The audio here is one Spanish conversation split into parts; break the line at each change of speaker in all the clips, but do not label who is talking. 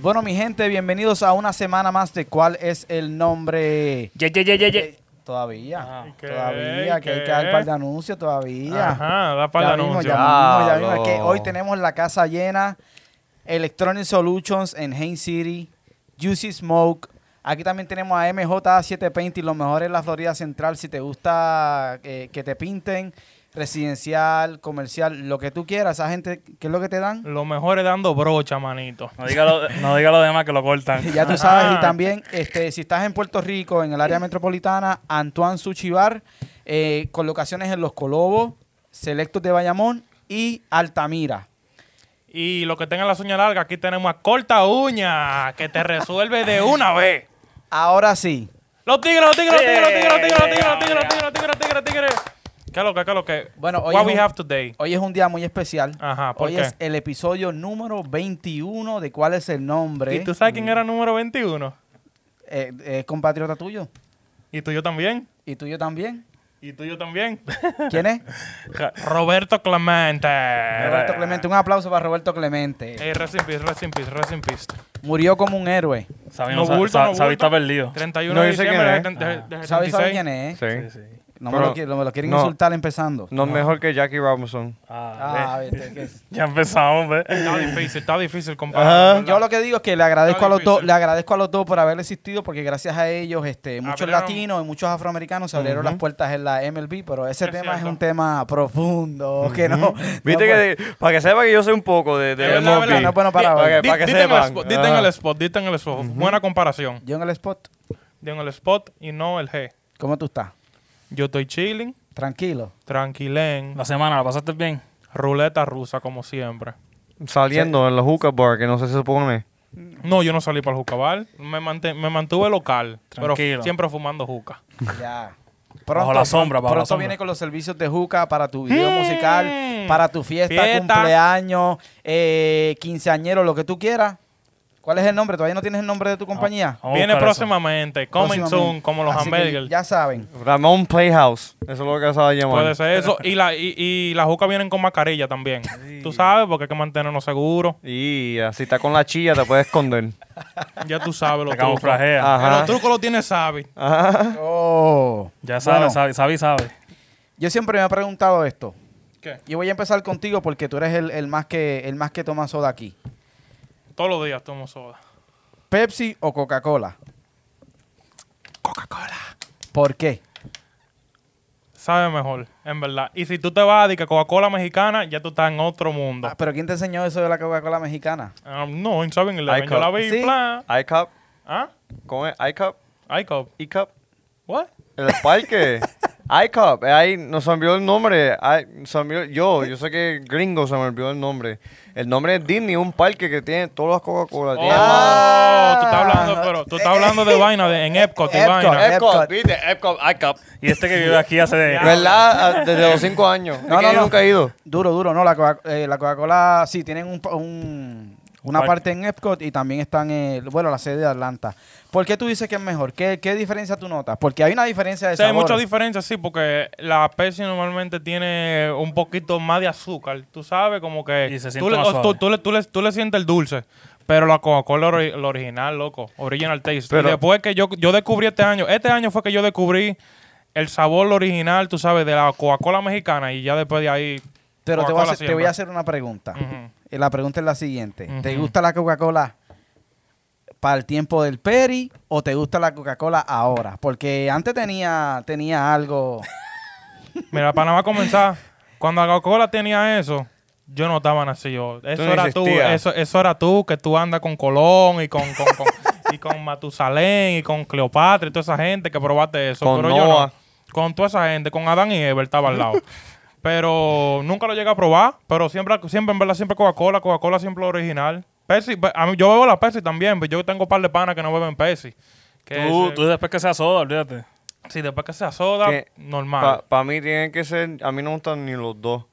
Bueno, mi gente, bienvenidos a una semana más de cuál es el nombre.
Ye, ye, ye, ye, ye.
Todavía,
Ah.
¿Qué?
todavía, que hay que
¿Qué?
dar par de anuncios todavía.
Ajá, da para
ya
el
mismo,
anuncio. Ah.
ya mismo, ya mismo. Es que
Diablo.
hoy tenemos la casa llena. Electronic Solutions en Haines City, Juicy Smoke. Aquí también tenemos a MJ720, los mejores en la Florida Central. Si te gusta eh, que te pinten, residencial, comercial, lo que tú quieras. Esa gente, ¿qué es lo que te dan?
Lo mejor es dando brocha, manito.
No diga, lo, no diga lo demás que lo cortan.
Ya tú sabes, y
Ajá.
también, este, si estás en Puerto Rico, en el área metropolitana, Antoine Suchibar, eh, con locaciones en Los Colobos, Selectos de Bayamón y Altamira.
Y lo que tengan la uña larga, aquí tenemos a Corta Uña, que te resuelve de una vez.
Ahora sí,
Los tigres, los tigres, los tigres, los tigres, los tigres, los tigres, los tigres, los tigres, los tigres, los tigres, los tigres. ¿Qué es lo que, qué es lo que?
Bueno, hoy
What
es
we
un-
have today.
hoy es un día muy especial.
Ajá, ¿por
hoy
qué?
es el episodio número 21 de cuál es el nombre.
¿Y tú sabes quién era el número 21?
Eh, eh, compatriota tuyo.
¿Y tú y yo también?
¿Y tuyo también?
¿Y tú y yo también?
¿Quién es?
Roberto Clemente.
Roberto Clemente. Un aplauso para Roberto Clemente.
Ey, rest in peace, rest in peace, rest in peace.
Murió como un héroe.
Sabi
No
no, sa-
bulto,
sa-
no
Sabi
bulto.
está perdido.
31
No
de
dice
diciembre
quién
de,
es.
de- de- de
¿Sabes, ¿Sabes
76.
quién es? eh?
Sí.
No me
Pero-
lo, qui- lo- lo quieren
no.
insultar empezando.
No es mejor que Jackie Robinson.
Ah,
Ah,
ve.
viste, que-
Ya empezamos, ve.
Está difícil, está difícil, compadre.
Yo lo que digo es que le agradezco
Está
a los dos,
difícil.
le agradezco a los dos por haber existido, porque gracias a ellos, este, muchos
Abrieron-
latinos y muchos afroamericanos se abrieron las puertas en la MLB, pero ese
Es
tema es
cierto.
un tema profundo, que no.
Viste que, de- para que sepa que yo sé un poco de, de
Es verdad,
MLB.
es verdad, no
es bueno para
Para
hoy.
que,
Di-
para que
dite en el
sepan.
spot, dite en el
Ajá.
spot, dite en el spot. Buena comparación.
Yo en el spot,
Dite en el spot y no el G.
¿cómo tú estás?
Yo estoy chilling,
Tranquilo.
tranquilén,
La semana, ¿la pasaste bien?
ruleta rusa como siempre.
Saliendo en la hookah bar, que no se supone.
No, yo no salí para el jucabal. Me, mante- me mantuve local, pero
Tranquilo.
siempre fumando juca.
Ya.
Bajo la sombra, bajo la
pronto
sombra.
viene con los servicios de Juca para tu
Mm.
video musical, para tu fiesta,
Fiesta.
cumpleaños, eh, quinceañero, lo que tú quieras. ¿Cuál es el nombre? ¿Todavía no tienes el nombre de tu compañía?
Vamos a
Viene
buscar eso.
próximamente, Oh, coming soon,
Próximamente.
como los
Así que
hamburgers.
Ya saben.
Ramón Playhouse. Eso es lo que se va a llamar.
Puede ser eso. Y la, y, y la juca vienen con mascarilla también. Tú sabes, porque hay que mantenernos seguros.
Y así está con la chilla, te puedes esconder.
Ya tú sabes los
Te
trucos.
camuflajea.
Ajá. Ah.
Los trucos los tiene Sabi.
Oh.
Ya sabes,
Bueno,
Sabi, Sabi sabe.
Yo siempre me he preguntado esto.
¿Qué?
Y voy a empezar contigo porque tú eres el, el más que el más que toma soda aquí.
Todos los días tomo soda.
¿Pepsi o Coca-Cola?
Coca-Cola.
¿Por qué?
Sabe mejor, en verdad. Y si tú te vas a decir que Coca-Cola mexicana, ya tú estás en otro mundo.
Ah, pero ¿quién te enseñó eso de la Coca-Cola mexicana?
Um, no, en Saben Eleven. Yo
Icup.
la vi,
Sí.
plan.
I-Cup.
¿Ah?
¿Cómo es? I-Cup.
ICOP.
E-Cup.
¿What?
El parque. I-Cup. Eh, Ahí nos olvidó el nombre. Ay, se me olvidó- yo, yo sé que gringo se me olvidó el nombre. El nombre es Disney, un parque que tiene todas las Coca-Cola.
Oh,
Tiene-
tú estás hablando, pero tú estás hablando de vaina de, en Epcot, de
Epcot,
vaina.
eh. Epcot.
viste, Epcot, I-Cup.
Y este que vive aquí hace de...
¿Verdad? Ah, Desde los cinco años.
No,
Es que
no,
yo
no.
nunca he ido.
Duro, duro, no. La Coca- eh, la Coca-Cola sí, tienen un, pa- un- una
Parque.
parte en Epcot y también están, eh, bueno, la sede de Atlanta. ¿Por qué tú dices que es mejor? ¿Qué, qué diferencia tú notas? Porque hay una diferencia de
O sea, hay
sabores.
muchas diferencias, sí, porque la Pepsi normalmente tiene un poquito más de azúcar. Tú sabes, como que
Y se siente
tú, le,
más
o- tú,
suave.
tú le, tú le- tú le sientes el dulce. Pero la Coca-Cola ori- lo original, loco. Original taste.
Pero-
y después que yo, yo descubrí este año, este año fue que yo descubrí el sabor original, tú sabes, de la Coca-Cola mexicana. Y ya después de ahí.
Pero te voy, a
Coca-Cola
hacer, te voy a
siempre.
hacer una pregunta.
Ujú.
Eh, La pregunta es la siguiente. ¿Te
Ujú.
gusta la Coca-Cola para el tiempo del Peri o te gusta la Coca-Cola ahora? Porque antes tenía, tenía algo...
Mira, para nada comenzar, cuando la Coca-Cola tenía eso, yo no estaba nacido. Eso
no
era tú,
existías.
eso, eso era tú, que tú andas con Colón y con, con, con- y con Matusalén y con Cleopatra y toda esa gente que probaste eso.
Con
pero yo no.
Noah.
Con toda esa gente, con Adán y Eva él estaba al lado. pero nunca lo llegué a probar, pero siempre, siempre en verdad, siempre Coca-Cola, Coca-Cola siempre lo original. Pepsi, pe- a mí- yo bebo la Pepsi también, pero yo tengo un par de panas que no beben Pepsi. Que
Tú,
es,
tú después que sea soda, olvídate.
eh, sí, después que sea soda,
que
normal.
Para mí tienen que ser, a mí no me gustan ni los dos.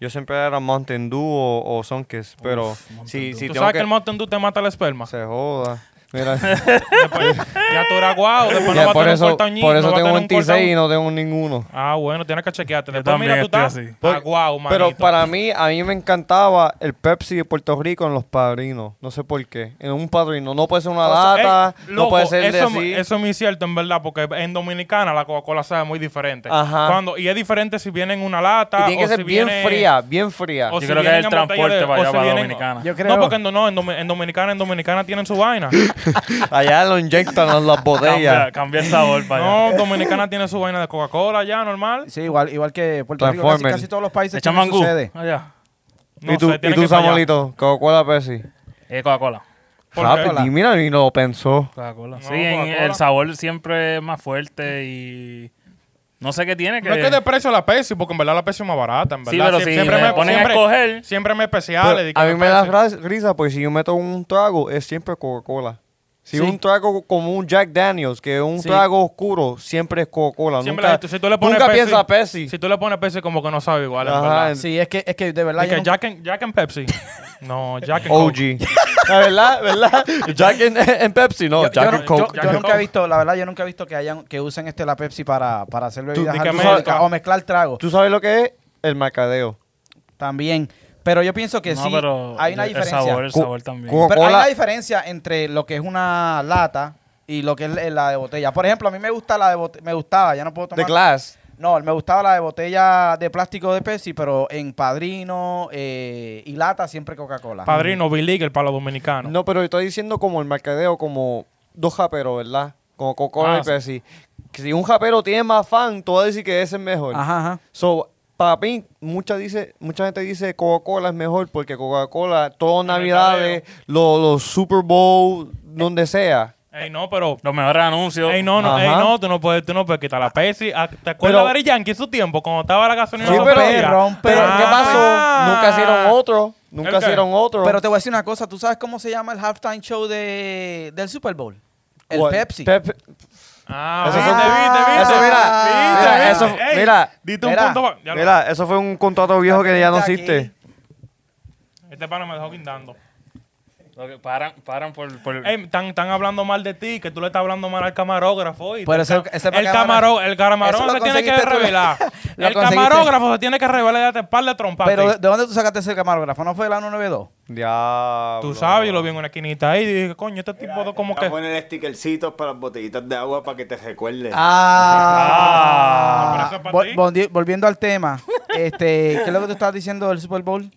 Yo siempre era Mountain Dew o, o Sunkiss, pero si, si
¿Tú
tengo
sabes que,
que,
el Mountain Dew te mata la esperma?
se joda. Mira.
Después- ya tú eres guau, después no
Ya,
va a
por
tener un
eso,
cortañín,
por eso
no va a
tengo
tener un
26 y
cortañín.
no tengo ninguno.
Ah, bueno, tienes que chequearte.
Yo
Después mira, tú
también
estás
estoy así.
ah, guau, manito.
Pero para mí, a mí me encantaba el Pepsi de Puerto Rico en los padrinos. No sé por qué. En un padrino. No puede ser una
O sea,
lata,
ey,
no
loco,
puede ser de
eso, es mu-
así.
Eso es muy cierto, en verdad, porque en Dominicana la Coca-Cola sabe muy diferente.
Ajá.
Cuando, y es diferente si viene en una lata.
y tiene que
o
ser
si
bien
viene-
fría, bien fría.
o
Yo creo que es el
vienen en botella
transporte
de-
para
o
allá,
si
para
vienen-
Dominicana.
Yo creo.
No, porque en, do- no, en, Domi- en Dominicana, en Dominicana tienen su vaina.
Allá lo inyectan en las botellas.
Cambia, cambia el sabor para allá.
no, Dominicana tiene su vaina de Coca-Cola ya, normal.
Sí, igual, igual que Puerto Rico. Casi,
Transformer.
casi todos los países
Echan
tienen
mangú. Ah,
sucede.
Allá.
No
y tú,
sé,
y
tienen que
tú
ir para allá.
Samuelito, Coca-Cola Pepsi.
Es Eh, Coca-Cola.
¿Por
Rápido,
qué?
y mira, ni lo pensó.
Coca-Cola.
No,
sí, en-
Coca-Cola.
el sabor siempre es más fuerte y. No sé qué tiene. Que...
No es que de precio la Pepsi, porque en verdad la Pepsi es más barata, en verdad.
Sí, pero si me ponen a escoger-
Siempre me
Pero
especiales. y que
a mí
la
me da
Pepsi.
ras- risa, pues si yo meto un trago, es siempre Coca-Cola. Si un trago como un Jack Daniels, que es un trago oscuro, siempre es Coca-Cola.
Siempre
nunca
la- si tú le pones
nunca
Pepsi,
piensa Pepsi.
Si tú le pones Pepsi, como que no sabe igual, en
Ajá,
verdad.
en-
Sí, es que, es que de verdad.
De
yo
que
nunca-
Jack and, Jack and Pepsi. No, Jack and
OG.
Coke.
La verdad, verdad. Jack en, en Pepsi, no,
yo-
Jack
yo-
en Coke.
yo-
Jack
yo
and
nunca he
Coke.
visto, la verdad, yo nunca he visto que hayan que usen este la Pepsi para, para hacer bebidas
di que
alcohólicas
mezcla.
o mezclar tragos
¿Tú sabes lo que es? El mercadeo.
también. Pero yo pienso que
no,
sí
pero
hay una
el
diferencia.
sabor, el
Co-
sabor también.
co-
Pero hay
Coca-Cola-
una diferencia entre lo que es una lata y lo que es la- la de botella. Por ejemplo, a mí me gusta la de botella, me gustaba, ya no puedo
The
tomar.
Glass.
No, me gustaba la de botella de plástico de Pepsi, pero en Padrino eh, y lata siempre Coca-Cola.
Padrino, B-League, para los dominicanos.
No, pero estoy diciendo como el mercadeo, como dos japeros, ¿verdad? Como Coca-Cola
Ah,
y
sí.
Pepsi. Que si un japero tiene más fan, tú vas a decir que ese es mejor.
Ajá, ajá.
So, para mí, mucha, dice, mucha gente dice Coca-Cola es mejor porque Coca-Cola, todas navidades, lo- los Super Bowl, donde sea.
Ey, no, pero...
Los mejores anuncios.
Ey, no, no,
Ajá.
ey, no, tú no puedes, tú no puedes quitar la Pepsi. Ah, ¿Te acuerdas
Pero-
de Ari Yankee en su tiempo? Cuando estaba la gasolina.
Sí,
no
pero-
podía?
rompe.
Pero, ¿qué pasó?
Ah.
Nunca hicieron otro. Nunca
¿El qué?
hicieron otro.
Pero te voy a decir una cosa, ¿tú sabes cómo se llama el halftime show de, del Super Bowl? El
¿Cuál?
Pepsi.
Pep-
Ah,
Eso
viste,
son-
viste, viste.
eso, mira,
Viste,
mira,
viste.
eso- mira,
Diste un
mira,
punto. Ya lo-
Mira, eso fue un contrato viejo que ya no
Aquí.
existe.
Este pana me dejó guindando.
Lo que paran, paran por. por-
Ey, están, están hablando mal de ti, que tú le estás hablando mal al camarógrafo. Y
Pero ese-
el,
ese
el
camaró-
camaró, el camarógrafo
Eso lo
se tiene que
conseguiste tú.
revelar.
Lo
el
conseguiste.
camarógrafo se tiene que revelar y darte un par de trompadas.
Pero ¿de, de dónde tú sacaste ese camarógrafo? ¿No fue el ano 92?
Diablo.
Tú sabes, yo lo vi en una esquinita ahí y dije, coño, este tipo de como que.
Vamos a poner stickercitos para las botellitas de agua para que te recuerde.
Ah,
Ah, pero eso es pa'
Vol-
ti.
volvi- volviendo al tema, este, ¿qué es lo que tú estabas diciendo del Super Bowl?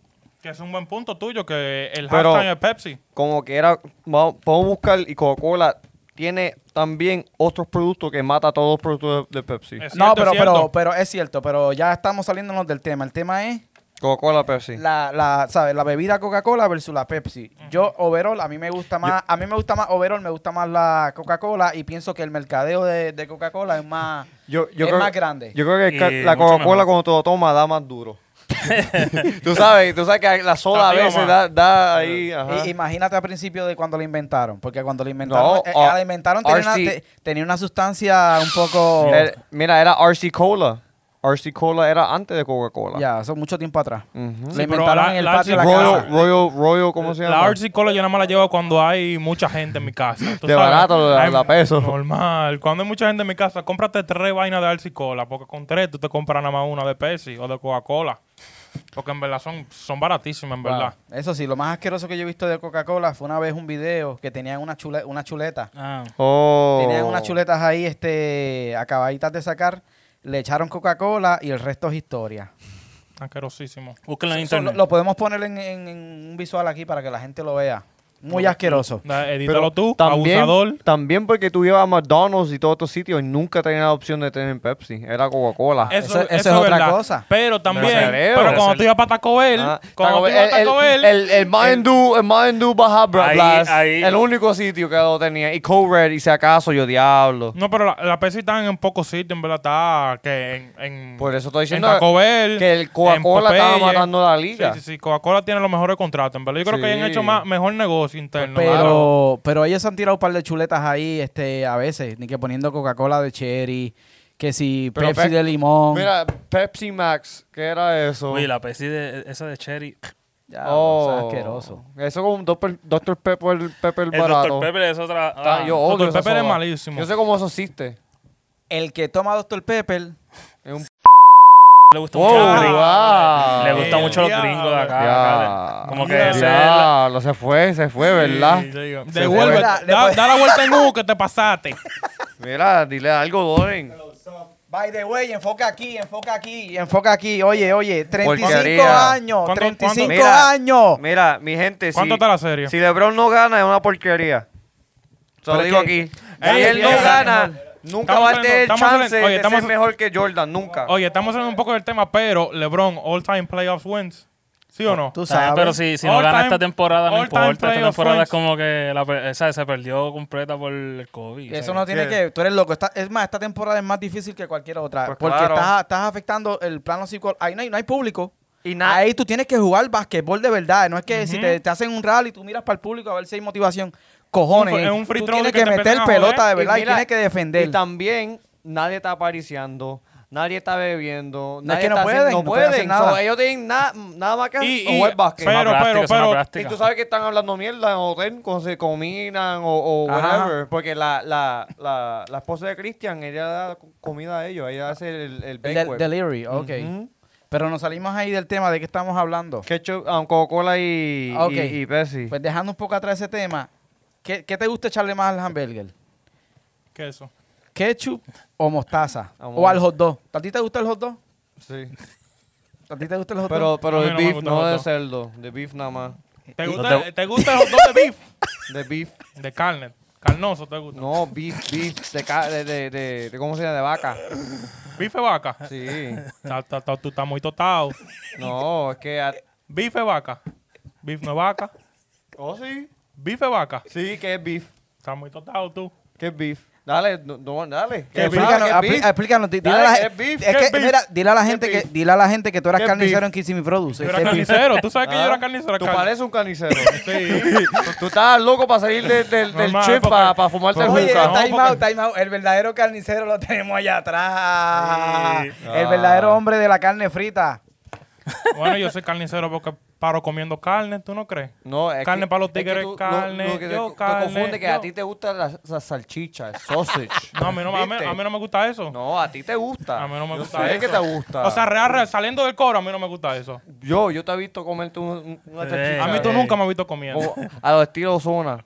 Que es un buen punto tuyo, que el
Pero-
halftime es Pepsi.
Como que era. vamos- Podemos buscar y Coca-Cola tiene también otros productos que mata a todos los productos de, de Pepsi.
Es
no,
cierto,
pero,
es
pero,
cierto.
pero es cierto, pero ya estamos saliéndonos del tema. El tema es
Coca-Cola, Pepsi.
la, la, ¿sabes? la bebida Coca-Cola versus la Pepsi. Yo, overall, a mí me gusta más, a mí me gusta más overall, me gusta más la Coca-Cola y pienso que el mercadeo de, de Coca-Cola es más,
Yo, yo
es
creo,
más grande.
Yo creo que
Y
ca- la
mucho
Coca-Cola
mejor.
cuando te lo toma da más duro. tú sabes, tú sabes que la soda a
Activa
veces
más.
da, da ahí. Ajá.
I- imagínate al principio de cuando la inventaron, porque cuando la inventaron,
No,
eh,
ah,
la inventaron tenía una,
RC.
te- tenía una sustancia un poco,
Eh, mira, era RC Cola. RC Cola era antes de Coca-Cola.
ya, eso mucho tiempo atrás.
Ujú.
La
Sí, pero
inventaron
la-
en el
la
patio de la
RC
casa.
Royal, Royal, Royal, ¿cómo se llama?
La RC Cola yo nada más la llevo cuando hay mucha gente en mi casa. ¿tú
pues. De
sabes?
barato, la-
Ay,
la peso.
Normal. Cuando hay mucha gente en mi casa, cómprate tres vainas de RC Cola, porque con tres tú te compras nada más una de Pepsi o de Coca-Cola. Porque en verdad son, son baratísimas, en
Wow.
verdad.
Eso sí, lo más asqueroso que yo he visto de Coca-Cola fue una vez un video que tenían una, chule- una chuleta.
Ah,
Oh.
Tenían unas chuletas ahí este, acabaditas de sacar, le echaron Coca-Cola y el resto es historia.
Asquerosísimo.
búsquenlo en
Eso lo,
internet.
lo podemos poner en, en- en un visual aquí para que la gente lo vea. Muy asqueroso.
Da- Edítalo
Pero
tú,
también,
abusador.
También porque tú llevas a McDonald's y todos estos sitios y nunca tenías la opción de tener Pepsi. Era Coca-Cola.
Eso- eso Ah, es otra cosa.
Pero también,
Pero
pero,
se ve, o sea,
cuando
se-
tú ibas para Taco Bell,
Ah,
cuando
Taco
tú
Bell,
ibas a Taco
el, el,
Bell,
el, el Mountain Dew- el Mountain Dew Baja Bra-
Ahí-
Blast,
ahí-
el único sitio que lo tenía. Y Code Red, y si acaso, yo diablo.
no, pero la, la Pepsi está en pocos sitios, en verdad, está que en, en-
Por eso estoy diciendo
Mm. en Taco Bell,
que el Coca-Cola
en
estaba
Popeye.
matando la liga.
Sí, sí, sí, Coca-Cola tiene los mejores contratos, en verdad. Yo creo que
Sí.
hayan hecho más, mejor negocio interno. claro.
Pero, pero ellos han tirado un par de chuletas ahí este, a veces, ni que poniendo Coca-Cola de cherry, que si
Pero
Pepsi
Pep-
de limón.
Mira, Pepsi Max, ¿qué era eso?
Uy, la Pepsi de, esa de Cherry.
Ya,
Oh.
o sea, asqueroso.
Eso como un Dr. Dr. Pepper, Pepper
El
barato.
Dr. Pepper es otra.
Está-
ah,
yo odio
Dr.
esa
Pepper es
soda.
malísimo.
Yo sé cómo eso existe.
El que toma Dr. Pepper,
Es un
le gusta
Oh,
mucho los gringos.
wow.
Le gusta mucho los gringos de acá. acá
Ya.
de- como que
Ya,
ese es la-
lo se fue, se fue, ¿verdad?
Sí, yo digo,
Se
Devuelve,
fue.
da,
Le puede-
da la vuelta en U que te pasaste.
Mira, dile algo, Doren.
By the way, enfoca aquí, enfoca aquí, enfoca aquí. Oye, oye, 35
Porquería.
años,
¿Cuánto-
35
cuánto?
años.
Mira, mi gente, si,
¿Cuánto está la serie?
si LeBron no gana es una porquería. Se
Pero
lo
es
digo
que-
aquí. Si
Ey,
él no
ey,
gana, nunca
Estamos
va a
saliendo-
tener
estamos
chance
saliendo- oye,
de
estamos-
ser mejor que Jordan, nunca.
Oye, estamos hablando un poco del tema, pero LeBron, all time playoffs wins. ¿Sí o no?
Tú
Está bien,
sabes.
Pero si, si no
All
gana
time-
esta temporada, no
all time
importa. Esta
playoff
temporada
wins.
es como que la, per- esa, se perdió completa por el COVID.
Eso
¿sabes?
no tiene
Sí.
que... Tú eres loco. Esta- es más, esta temporada es más difícil que cualquier otra.
Pues
porque
claro.
estás, estás afectando el plano psicológico. Ahí no hay, no hay público.
Y na-
Ahí tú tienes que jugar basquetbol de verdad. No es que si te, te hacen un rally, tú miras para el público a ver si hay motivación. Cojones.
Es un free
tú
throw
tienes
que
que,
te
meter
empiezan a joder.
pelota de verdad y,
mira,
tienes que defender.
Y también nadie está apariciando, nadie está
No,
bebiendo,
es
nadie
que no
está
pueden,
haciendo,
no pueden hacer nada.
So, ellos tienen na- nada más que
Y- y-
jugar básquet.
Son más
Pero,
prácticas, son
pero,
más
pero-
y
prácticas.
tú sabes que están hablando mierda en hotel cuando se combinan o, o
Ajá.
whatever. Porque la, la, la, la esposa de Christian, ella da comida a ellos, ella hace el, el
El de-
banquet.
delivery, ok.
Ujú.
Pero nos salimos ahí del tema de qué estamos hablando.
Ketchup, ah, Coca-Cola y,
Ok.
y, y Pepsi.
Pues dejando un poco atrás ese tema, ¿qué, qué te gusta echarle más al hamburger?
¿Qué es eso?
¿Ketchup o mostaza?
Vamos.
¿O al hot dog? ¿A ti te gusta el hot dog?
Sí.
¿A ti te gusta el hot dog?
Pero, pero
A mí
de
no me
beef,
gusta
no
el
de
hot dog.
cerdo, de beef nada más.
¿Te
Y-
gusta,
de-
¿Te gusta el hot dog de beef?
De beef.
De carne. Carnoso, ¿te gusta?
No, beef, beef, de, ca- de, de, de, de- ¿cómo se llama? De vaca.
Bife vaca.
Sí.
Ta- ta- ta- Tú estás muy tostado.
No, es que... a-
Bife vaca. Beef no es vaca.
Oh, sí.
Bife vaca.
Sí, que es beef.
Estás muy tostado tú.
Que es beef. Dale, no, no, dale.
Que explícanos,
¿Qué es
apli-
beef?
explícanos, di- dile
Dale,
a la
¿qué
gen-
es beef?
es
¿Qué
que,
es beef?
mira, dile a la
¿Qué es
gente que,
beef?
dile a la gente que tú eras
¿Qué es
carnicero
beef?
en Kissimmee Produce.
Yo era
Este beef.
carnicero. Tú sabes que yo
Ah,
era carnicero.
Tú
Carne.
pareces un carnicero.
Sí.
Tú estabas loco para salir del, del, del
Normal,
chef
porque-
para fumarte el
Oye,
Oye,
juca.
No,
time
porque-
out, time out. El verdadero carnicero lo tenemos allá atrás.
Sí.
El verdadero hombre de la carne frita.
Bueno, yo soy carnicero porque paro comiendo carne, ¿tú no crees?
No, es
Carne
que-
para los
es que
tigres,
tú- lo-
carne,
lo que te-
yo
te
carne,
confunde que
yo.
a ti te gusta la, la salchicha, el sausage.
No, a mí no, me- a mí-
¿Viste?
a mí no me gusta eso.
No, a ti te gusta.
A mí no me
Yo
gusta
sé
eso.
que te gusta.
O sea, real, real, saliendo del coro, a mí no me gusta eso.
yo, yo te he visto comerte un- un- una
Eh,
salchicha.
A mí tú
Ey.
nunca me has visto comiendo.
O- a los estilos zona.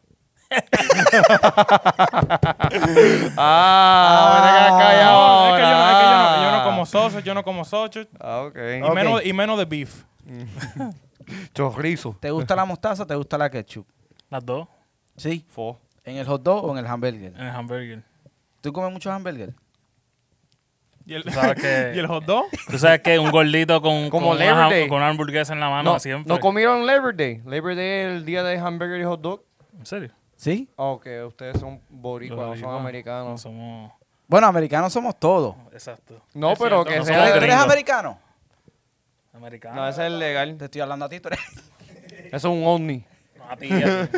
ah, me te quedas callado.
No, es que yo no, es que yo no- yo no
ahora.
como sausage, yo no como sausage.
Ah,
Y,
ok.
menos, y menos de beef.
Chorizo.
¿Te gusta la mostaza o te gusta la ketchup?
Las dos
Sí.
Fo.
¿En el hot dog o en el hamburger?
en el hamburger.
¿Tú comes muchos hamburger?
¿Y el,
Tú sabes que-
¿y el hot dog?
Tú sabes que un gordito con,
Como
con,
Labor
una,
Day.
ham- con una hamburguesa en la
Ah,
mano
No,
siempre.
no comieron Labor Day. Labor Day es el día de hamburger y hot dog.
¿En serio?
Sí.
Ah, ok. Ustedes son boricuas,
Los
no son
boricuas. No
americanos.
somos...
Bueno, americanos somos todos.
Exacto.
No,
Es
pero
cierto,
que
no
sea
¿Tú
somos
de-
eres- tú eres
gringos.
americano?
Americano.
No, ese es legal.
Te estoy hablando a ti, tú eres...
Eso es un ovni.
No, a ti, a ti.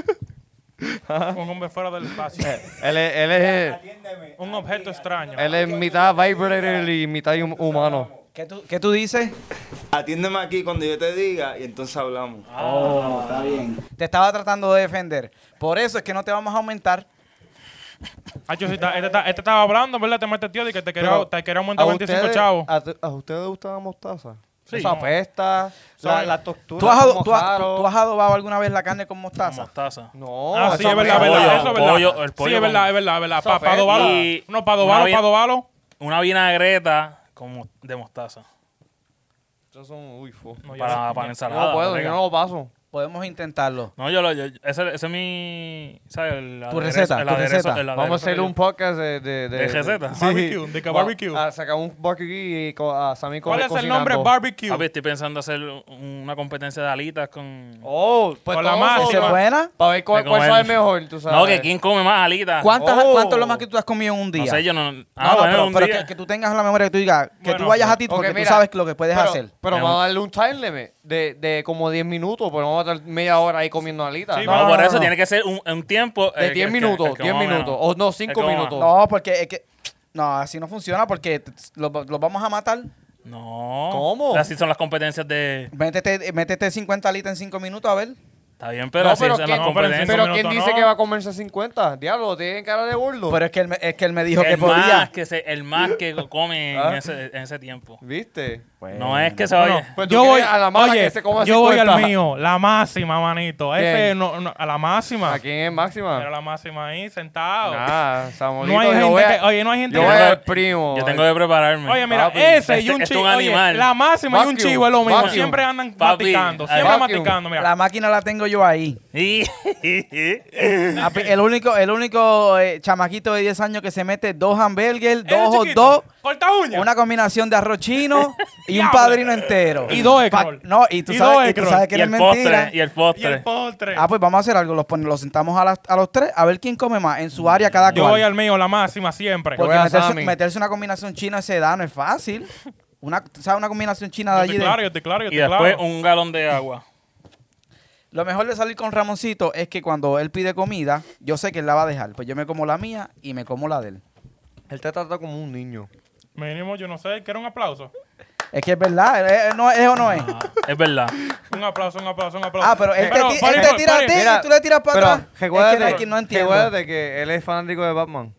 Un hombre fuera del espacio.
él, es, él, es,
Un objeto extraño.
él es mitad vibrator y mitad hum- humano.
¿Qué tú, qué tú dices?
Atiéndeme aquí cuando yo te diga y entonces hablamos.
Oh, está bien. Te estaba tratando de defender. Por eso es que no te vamos a aumentar.
Ah, yo sí, está- este, está- este estaba hablando, ¿verdad? Te mete tío de que te quería,
Pero,
te quería aumentar 25 chavos.
¿A, tu- a ustedes les gusta la mostaza?
Sí.
Esa pesta, la, la tortura.
¿Tú has, ado-
como
tú has-
jaro.
tú has adobado alguna vez la carne con
Con
mostaza?
mostaza.
No,
ah, sí,
esa
es verdad, es verdad.
mierda.
pollo,
Eso es verdad.
pollo, el
sí,
pollo
es
con-
verdad, es verdad, es verdad.
Esa
Pa-
pesta.
Padovalo.
Y-
No, Padovalo,
Una vi-
Padovalo.
Una vinagreta con, mo- de mostaza.
Esos son, uy, fo.
No, yo
para,
no-
para
Yo
ensalada.
no puedo,
colega.
yo no lo paso.
Podemos intentarlo.
No, yo lo. Yo, ese, ese es mi. ¿Sabes? El
Tu
aderezo-
receta,
el
tu
aderezo-
receta.
el
Vamos a
aderezo
hacer
que
un podcast de... ¿De,
¿De receta?
Barbecue, de que
Va-
barbecue.
A sacar un barbecue y co- a Sammy co-
¿Cuál es el nombre?
cocinando.
yo-
Barbecue.
Papi, estoy pensando hacer una competencia de alitas con.
Oh, pues
Con la
todo
masa.
¿Esa
eso,
es
no.
buena?
Para ver cuál,
De
cuál
comer.
sabe mejor, tú sabes.
no, que quién come más alitas.
¿Cuántas,
Oh.
¿Cuánto es lo más que tú has comido en un día?
No sé, yo no.
No,
Ah,
no,
bueno,
pero,
un
pero
día.
que, que tú tengas en la memoria que tú digas, que tú
Bueno,
vayas a ti porque
Ok,
tú
mira,
sabes lo que puedes
pero-
hacer.
Pero
Me
vamos a
gusta.
darle un time limit de, de como 10 minutos, pero vamos a estar media hora ahí comiendo alitas.
Sí,
No,
No, no,
por
no,
eso
no.
tiene que ser un, un tiempo.
De
eh,
10
el que-
minutos,
el que
10
más o menos.
minutos. O no, 5
El que más o
minutos.
menos.
No, porque es que. No, así no funciona porque t- los los vamos a matar.
No.
¿Cómo?
Así son las competencias de.
Métete, métete 50 litros en 5 minutos, a ver.
Está bien, pero
no,
así
pero,
son
¿quién,
las
no, pero en
competencias.
cinco
pero ¿quién
minutos
dice
no.
que va a comerse 50? Diablo, tienen cara de burlo.
Pero es que él me, es que él me dijo que
el
podía.
más que se, el más que come en,
Ah.
ese, en ese tiempo.
¿Viste?
No es que se vaya.
Pues tú
yo voy
quieres a la mala
oye,
que se coma
yo voy al
50.
mío, la máxima, manito. Ese
¿Quién?
no, no, a la máxima.
Ah.
¿A quién es máxima?
Era la máxima ahí, sentado.
Ah, Samuelito,
No hay
yo
gente
voy a-
que- oye, no hay gente
yo
que-
voy al primo.
Yo tengo que prepararme.
Oye, mira,
Papi,
ese y
este-
un
este
chivo.
es un
oye,
animal.
la máxima y un
Vacuum,
chivo es lo mismo.
vacuum.
Siempre andan
Papi,
maticando,
eh,
siempre
vacuum.
maticando. Mira,
La máquina la tengo yo ahí.
Y-
Api- El único, el único eh, chamaquito de 10 años que se mete dos hamburgues,
Ese
dos hot
chiquito,
dogs,
Corta uña.
una combinación de arroz chino y un
Diablo.
padrino entero.
Y dos
Pa-
egg roll.
No, y tú
Y dos
sabes, y
egg
tú
roll.
sabes que
y
eres
el postre.
mentira.
Y el
Y el
postre.
postre.
Ah, pues vamos a hacer algo. Los, pon- los sentamos a, las- a los tres a ver quién come más en su área cada
yo
cual.
voy al mío, la máxima, siempre.
Porque
Mm. Voy a
meterse,
Sammy.
meterse una combinación china a esa edad no es fácil. Una, ¿tú ¿Sabes una combinación china de
Yo
allí?
estoy
de-
claro, yo estoy claro, yo
Y
estoy
después
claro.
un galón de agua.
Lo mejor de salir con Ramoncito es que cuando él pide comida, yo sé que él la va a dejar. Pues yo me como la mía y me como la de él.
Él te trata como un niño.
Mínimo, yo no sé, quiero un aplauso.
Es que es verdad, eh, eh, no, eso no es.
Es verdad.
Un aplauso, un aplauso, un aplauso.
Ah, pero él te, ti-
pare,
él te
pare,
tira
pare.
a ti
mira,
y tú le tiras para
Pero
atrás.
recuérdate,
es que no, es que no entiendo.
recuérdate que él es fanático de Batman.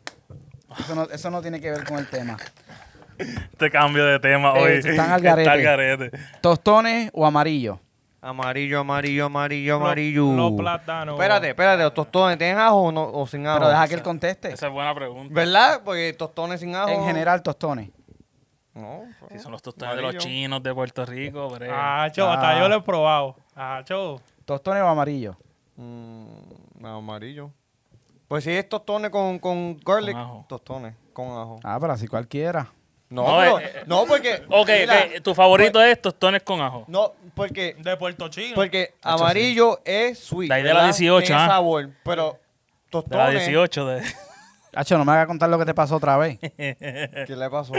Eso no, eso no tiene que ver con el tema.
Este cambio de tema
Eh,
hoy.
están al garete.
Está al garete.
¿Tostones o amarillo?
Amarillo, amarillo, amarillo,
Lo-
amarillo.
Los plátanos.
Espérate, espérate, los tostones, ¿tienen ajo o, no- o sin ajo?
Pero deja que él conteste.
Esa es buena pregunta.
¿Verdad? Porque tostones sin ajo.
En general, tostones.
No. pues.
Si son los tostones de
Amarillo.
los chinos de Puerto Rico, pero
Ah, cho,
Ah.
hasta yo lo he probado. Ah, cho.
¿Tostones o amarillo?
Mm, no, amarillo. Pues si es tostones con, con garlic,
Con ajo.
tostones con ajo.
Ah, pero así cualquiera.
No,
No,
pero-
eh, eh,
no porque.
Ok,
mira,
ok, tu favorito es tostones con ajo.
No, porque.
De Puerto Chino.
Porque amarillo es sweet.
La idea de la
¿verdad?
18,
Tiene
ah.
sabor, pero
De la
tostones.
18 de.
Hacho, no me hagas contar lo que te pasó otra vez.
¿Qué le pasó?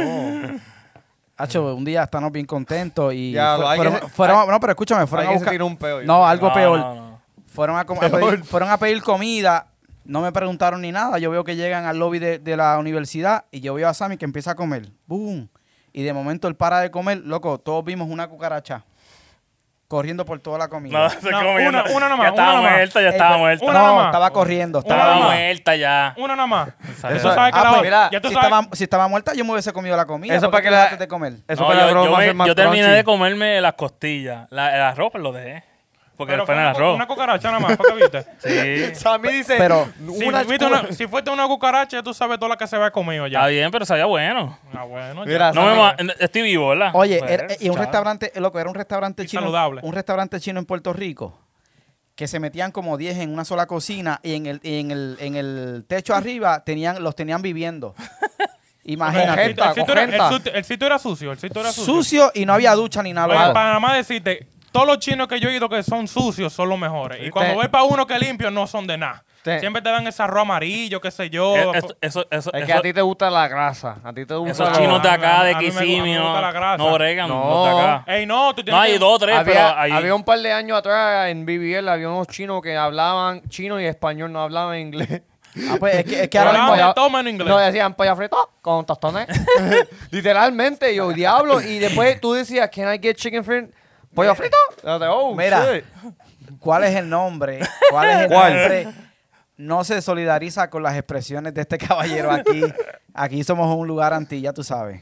Hacho, un día estamos bien contentos y
Ya,
fue-
hay que
fueron,
se-
fueron- no, pero escúchame, fueron a
Alguien se
buscar
tiró un peo, yo
no,
creo.
algo
No,
peor.
no, no.
Fueron a, com- a pedir, fueron a pedir comida, no me preguntaron ni nada. Yo veo que llegan al lobby de, de la universidad y yo veo a Sammy que empieza a comer. ¡Boom! Y de momento él para de comer, loco, todos vimos una cucaracha corriendo por toda la comida.
No, se
No,
comió.
una- una nomás,
Ya estaba
una nomás.
muerta, ya
Eh,
estaba
pero-
muerta.
No,
Una nomás.
estaba corriendo,
Una
estaba
Estaba
nomás.
muerta ya.
Una nada más.
Salió.
Tú sabes que
Ah,
la
pues,
otra-
mira,
Ya tú
si,
sabes.
estaba, si estaba muerta, yo me hubiese comido la comida.
Eso
¿por
para
qué
que
tú
la-
dejaste de comer?
Eso
No,
para la
yo,
broma
yo me-
hacer más
yo terminé
crunchy.
de comerme las costillas. La- el arroz pues, lo dejé. Porque
Pero
fue en el
una co-
arroz.
Una cucaracha nada más, ¿fue que viste?
Sí.
Sammy dice.
Pero-
Si,
una
viste una- si fuiste una cucaracha, ya tú sabes toda la que se había comido ya.
Está bien, pero sabía bueno.
Ah, bueno. ya.
Mira,
No me
Sammy-
ma- Estoy vivo, ¿verdad?
Oye,
Pues,
era- y un
chao.
restaurante, eh, loco, era un restaurante
Y
chino.
saludable.
Un restaurante chino en Puerto Rico que se metían como 10 en una sola cocina y en el, y en el, en el techo arriba tenían, los tenían viviendo.
El
Imagínate.
Gente,
sitio- el sitio era- el
cogenta.
sitio- El sitio era sucio, el sitio era sucio.
Sucio y no había ducha ni nada. Ah,
Oye,
loco.
para nada más decirte, todos los chinos que yo he ido que son sucios son los mejores. Y cuando
Te-
voy para uno que limpio, no son de nada.
Te-
Siempre te dan ese arroz amarillo, qué sé yo.
Eh, esto- Eso, eso,
Es que
eso-
a ti te gusta la grasa. A ti te gusta
esos
la-
chinos de
A
acá,
mí-
de
a mí me gu- a mí me
Kissimmee,
gusta la
no,
grasa.
no bregan
No.
los de acá.
Ey, no, tú tienes
No,
que-
hay dos o tres, pero
había,
hay...
había un par de años atrás en BBL había unos chinos que hablaban chino y español, no hablaban inglés.
Ah, pues, es que, es que
Pero
ahora
Hablaban
mismo-
de todo menos inglés.
No, decían pollo frito con tostones. Literalmente, yo, diablo. Y después tú decías, can I get chicken frit? ¿Pollo frito? Oh,
Mira.
shit.
¿Cuál es el nombre? ¿Cuál es el
¿Cuál?
nombre? No se solidariza con las expresiones de este caballero aquí. Aquí somos un lugar anti, ya tú sabes.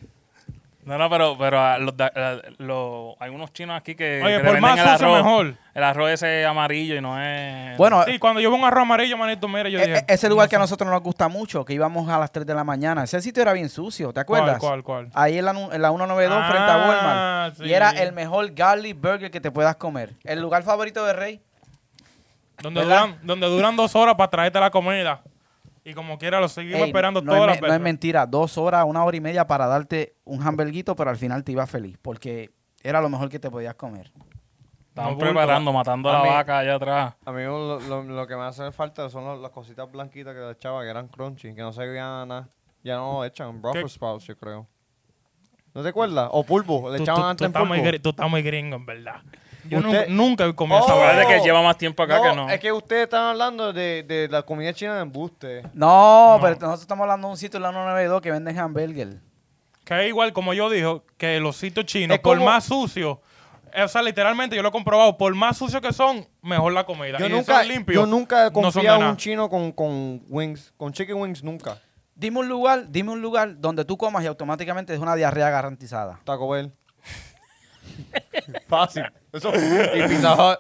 No, no, pero, pero ah, los, da- ah, los- hay unos chinos aquí que,
Oye,
que te
por
venden
más
el
sucio,
arroz.
mejor.
El arroz ese amarillo y no es...
Bueno,
Sí, cuando yo veo un arroz amarillo, manito, mira, yo
E-
dije.
e- ese lugar que a nosotros nos gusta mucho, que íbamos a las 3 de la mañana. Ese sitio era bien sucio, ¿te acuerdas?
¿Cuál, cuál, cuál?
Ahí en la, nu- en la 192 frente a
Ah,
Walmart.
sí.
Y era el mejor garlic burger que te puedas comer. El lugar favorito de Rey.
Donde
¿Verdad?
duran, donde duran dos horas para traerte la comida. Y como quiera, lo seguimos
Ey,
esperando
no
todas
es,
las
me- no es
veces.
mentira, dos horas, una hora y media para darte un hamburguito, pero al final te ibas feliz porque era lo mejor que te podías comer.
Estaban
No, bulto.
preparando, matando a
A
la
mí-
vaca allá atrás.
A mí lo, lo- lo que me hace falta son lo- las cositas blanquitas que le echaba, que eran crunchy, que no sabían a nada. Ya no echan
¿Qué?
Brussels sprouts, yo creo. ¿No te acuerdas? O pulpo, le
Tú,
echaban
tú- tú
antes
estás muy,
pulpo.
gri- tú estás muy gringo, en verdad. Yo nunca,
Usted-
nunca he comido esa
Oh.
Parece
vaina.
que lleva más tiempo acá
no,
que no.
es que ustedes están hablando de, de la comida china de embuste.
No, pero nosotros estamos hablando de un sitio en la 192 que venden hamburger.
Que es igual, como yo dijo, que los sitios chinos,
Es
por
como-
más sucios, eh, o sea, literalmente yo lo he comprobado, por más sucios que son, mejor la comida.
Yo
Y
nunca,
son limpios,
yo nunca he
no son de
confiado en
nada.
un chino con, con wings, con chicken wings nunca.
Dime un lugar, dime un lugar donde tú comas y automáticamente es una diarrea garantizada.
Taco Bell. Fácil. Eso. Y Pizza Hut.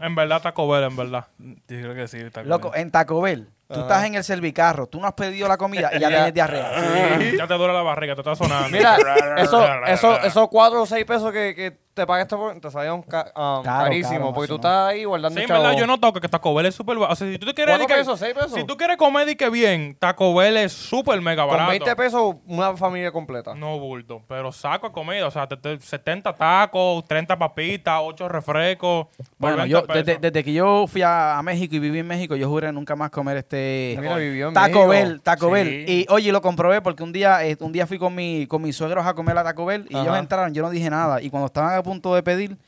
En verdad, Taco Bell, en verdad.
Yo creo que sí. está
Loco,
bien.
en Taco Bell, tú estás en el servicarro, tú no has pedido la comida y ya tienes diarrea.
ya te duele la barriga, te está sonando.
Mira, eso, eso, esos cuatro o seis pesos que, que te pagaste por, te salieron ca- um,
Claro,
carísimo,
claro,
porque
eso
tú
no.
estás ahí guardando
Sí, en
chavo.
verdad, yo noto que Taco Bell es súper barato. O sea, si tú te quieres...
¿Cuatro
di que-
pesos, seis pesos?
Si tú quieres comer y que bien, Taco Bell es súper mega
Con
barato.
20 pesos, una familia completa.
No bulto, pero saco de comida, o sea, te- te- 70 tacos, 30 papitas, 8 refrescos. por
Bueno,
20
yo,
pesos.
desde, desde que yo fui a, a México y viví en México, yo juré nunca más comer este
Mira, vivió en
Taco
México.
Bell, Taco
Sí.
Bell. Y oye, lo comprobé porque un día, eh, un día fui con, mi, con mis suegros a comer a Taco Bell y ellos
Ajá.
entraron, yo no dije nada. Y cuando estaban a punto de pedir,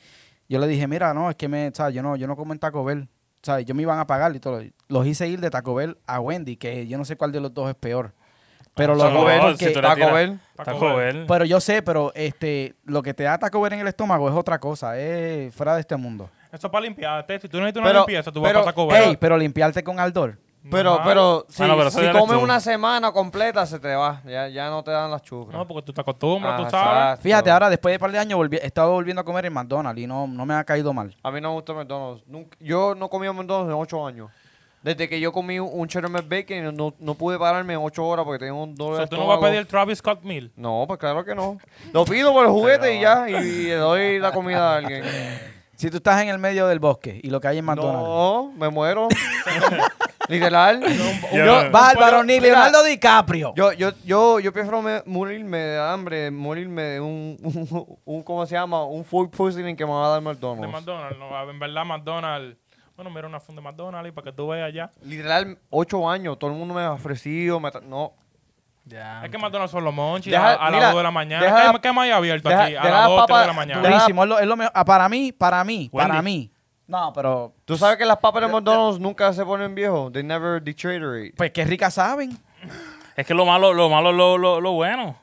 yo les dije, mira, no, es que me, ¿sabes? yo no, yo no como en Taco Bell. ¿sabes? Yo me iban a pagar y todo. Los hice ir de Taco Bell a Wendy, que yo no sé cuál de los dos es peor. Pero lo
Ah, Taco
logré
Bell,
porque-
si tú le
Taco
tiras-
Bell.
Taco Bell.
pero yo sé, pero este, lo que te da Taco Bell en el estómago es otra cosa, es fuera de este mundo.
Eso es para limpiarte. Si tú necesitas una
Pero-
limpieza, tú vas
pero-
para Taco Bell.
Ey, pero limpiarte con Aldor.
Pero,
Ajá.
pero, si,
Bueno, pero eso
si
ya eres
comes
tú.
una semana completa, se te va. Ya, ya no te dan las churras.
No, porque tú te acostumbras,
Ah,
tú sabes.
exacto.
Fíjate, ahora después de un par de años volví- he estado volviendo a comer en McDonald's y no, no me ha caído mal.
A mí no me gusta McDonald's. Nunca- yo no comí McDonald's en 8 años. Desde que yo comí un cheddar McBacon, no, no pude pararme en 8 horas porque tenía un
O
dolor
sea,
de
tú no vas a
estómago.
pedir Travis Scott Meal.
No, pues claro que no. Lo pido por el juguete y ya, y, le doy la comida a alguien.
Si tú estás en el medio del bosque y lo que hay en McDonald's.
No, me muero. Literal.
Yo-
Yo-
Bárbaro, ni
Mira,
Leonardo DiCaprio.
Yo, yo, yo, yo prefiero me- morirme de hambre, morirme de un, un, un- ¿cómo se llama? Un food poisoning que me va a dar
De
McDonald's.
McDonald's, no, en verdad, McDonald's. Bueno, mira una funda de McDonald's y para que tú veas ya.
Literal, ocho años, todo el mundo me ha ofrecido, me ha tra- no.
Ya.
Es que McDonald's son los monchis
Deja-
a, a
mira,
las 2 de la mañana.
deja
¿Qué,
la-
qué más hay abierto
deja-
aquí? A
deja
las
la
2 3 de la
papa-
mañana.
Durísimo, es lo, es lo mejor. Ah, para mí, para mí, para
Wendy.
mí. No, pero
Tú sabes que las papas de McDonald's nunca se ponen viejos. They never deteriorate.
pues qué ricas saben.
Es que lo malo, lo malo, es lo, lo, lo bueno.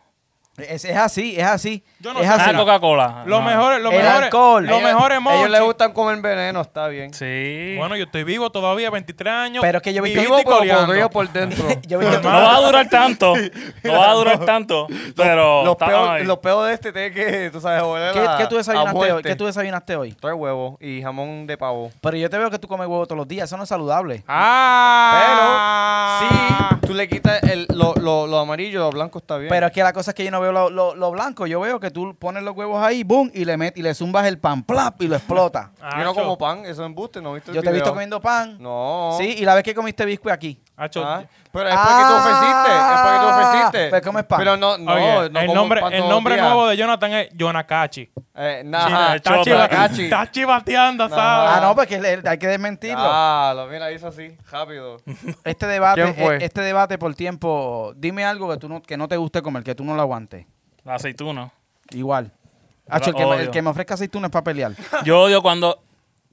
Es, es así, es así.
Yo no
es
sé.
así.
Ah, Coca-Cola.
Los
No.
mejores, los
El
mejores.
alcohol.
Los
Ellos-
mejores
A ellos les
monchis.
gustan comer veneno, está bien.
Sí.
Bueno, yo estoy vivo todavía, 23 años.
Pero es que yo vi-
vivito y
Vivo pero
coleando.
podrido por dentro.
Yo vi que tú-
no va a durar tanto. No va a durar tanto.
Oh,
Pero.
los,
estamos ahí.
peos, los peos de este tiene que, tú sabes, volver
¿Qué,
a
qué tú
a
desayunaste
muerte.
hoy? ¿Qué tú desayunaste hoy?
Tres huevos y jamón de pavo.
Pero yo te veo que tú comes huevo todos los días, eso no es saludable.
Ah.
Pero si tú le quitas el, lo, lo, lo amarillo, lo blanco está bien.
Pero es que la cosa es que yo no veo lo, lo- lo blanco. Yo veo que tú pones los huevos ahí, boom, y le metes y le zumbas el pan, plap, y lo explota.
Yo no
Ah, Acho.
como pan, eso Este es embuste, ¿no viste el
Yo te he visto
video?
comiendo pan.
No.
Sí, y la vez que comiste biscuit aquí.
Acho,
Ah, pero es porque tú ofreciste. Es porque tú
Ah,
ofreciste.
pero comes pan.
Pero no, no,
ah, Oye,
no
el
como
nombre,
pan
el
todos
nombre
los días.
nuevo de Jonathan es Jonakachi.
Eh,
China,
nah,
el Chota.
Tachi.
Está chivateando, ¿sabes?
Ah, no, porque le- hay que desmentirlo.
Ah, lo mira, hizo así, rápido.
Este debate,
¿Quién fue?
eh, este debate por tiempo, dime algo que tú no, que no te guste comer, que tú no lo aguantes.
La aceituna.
Igual. Hacho, el, que me,
odio.
el que me ofrezca aceitunas para pelear.
Yo odio cuando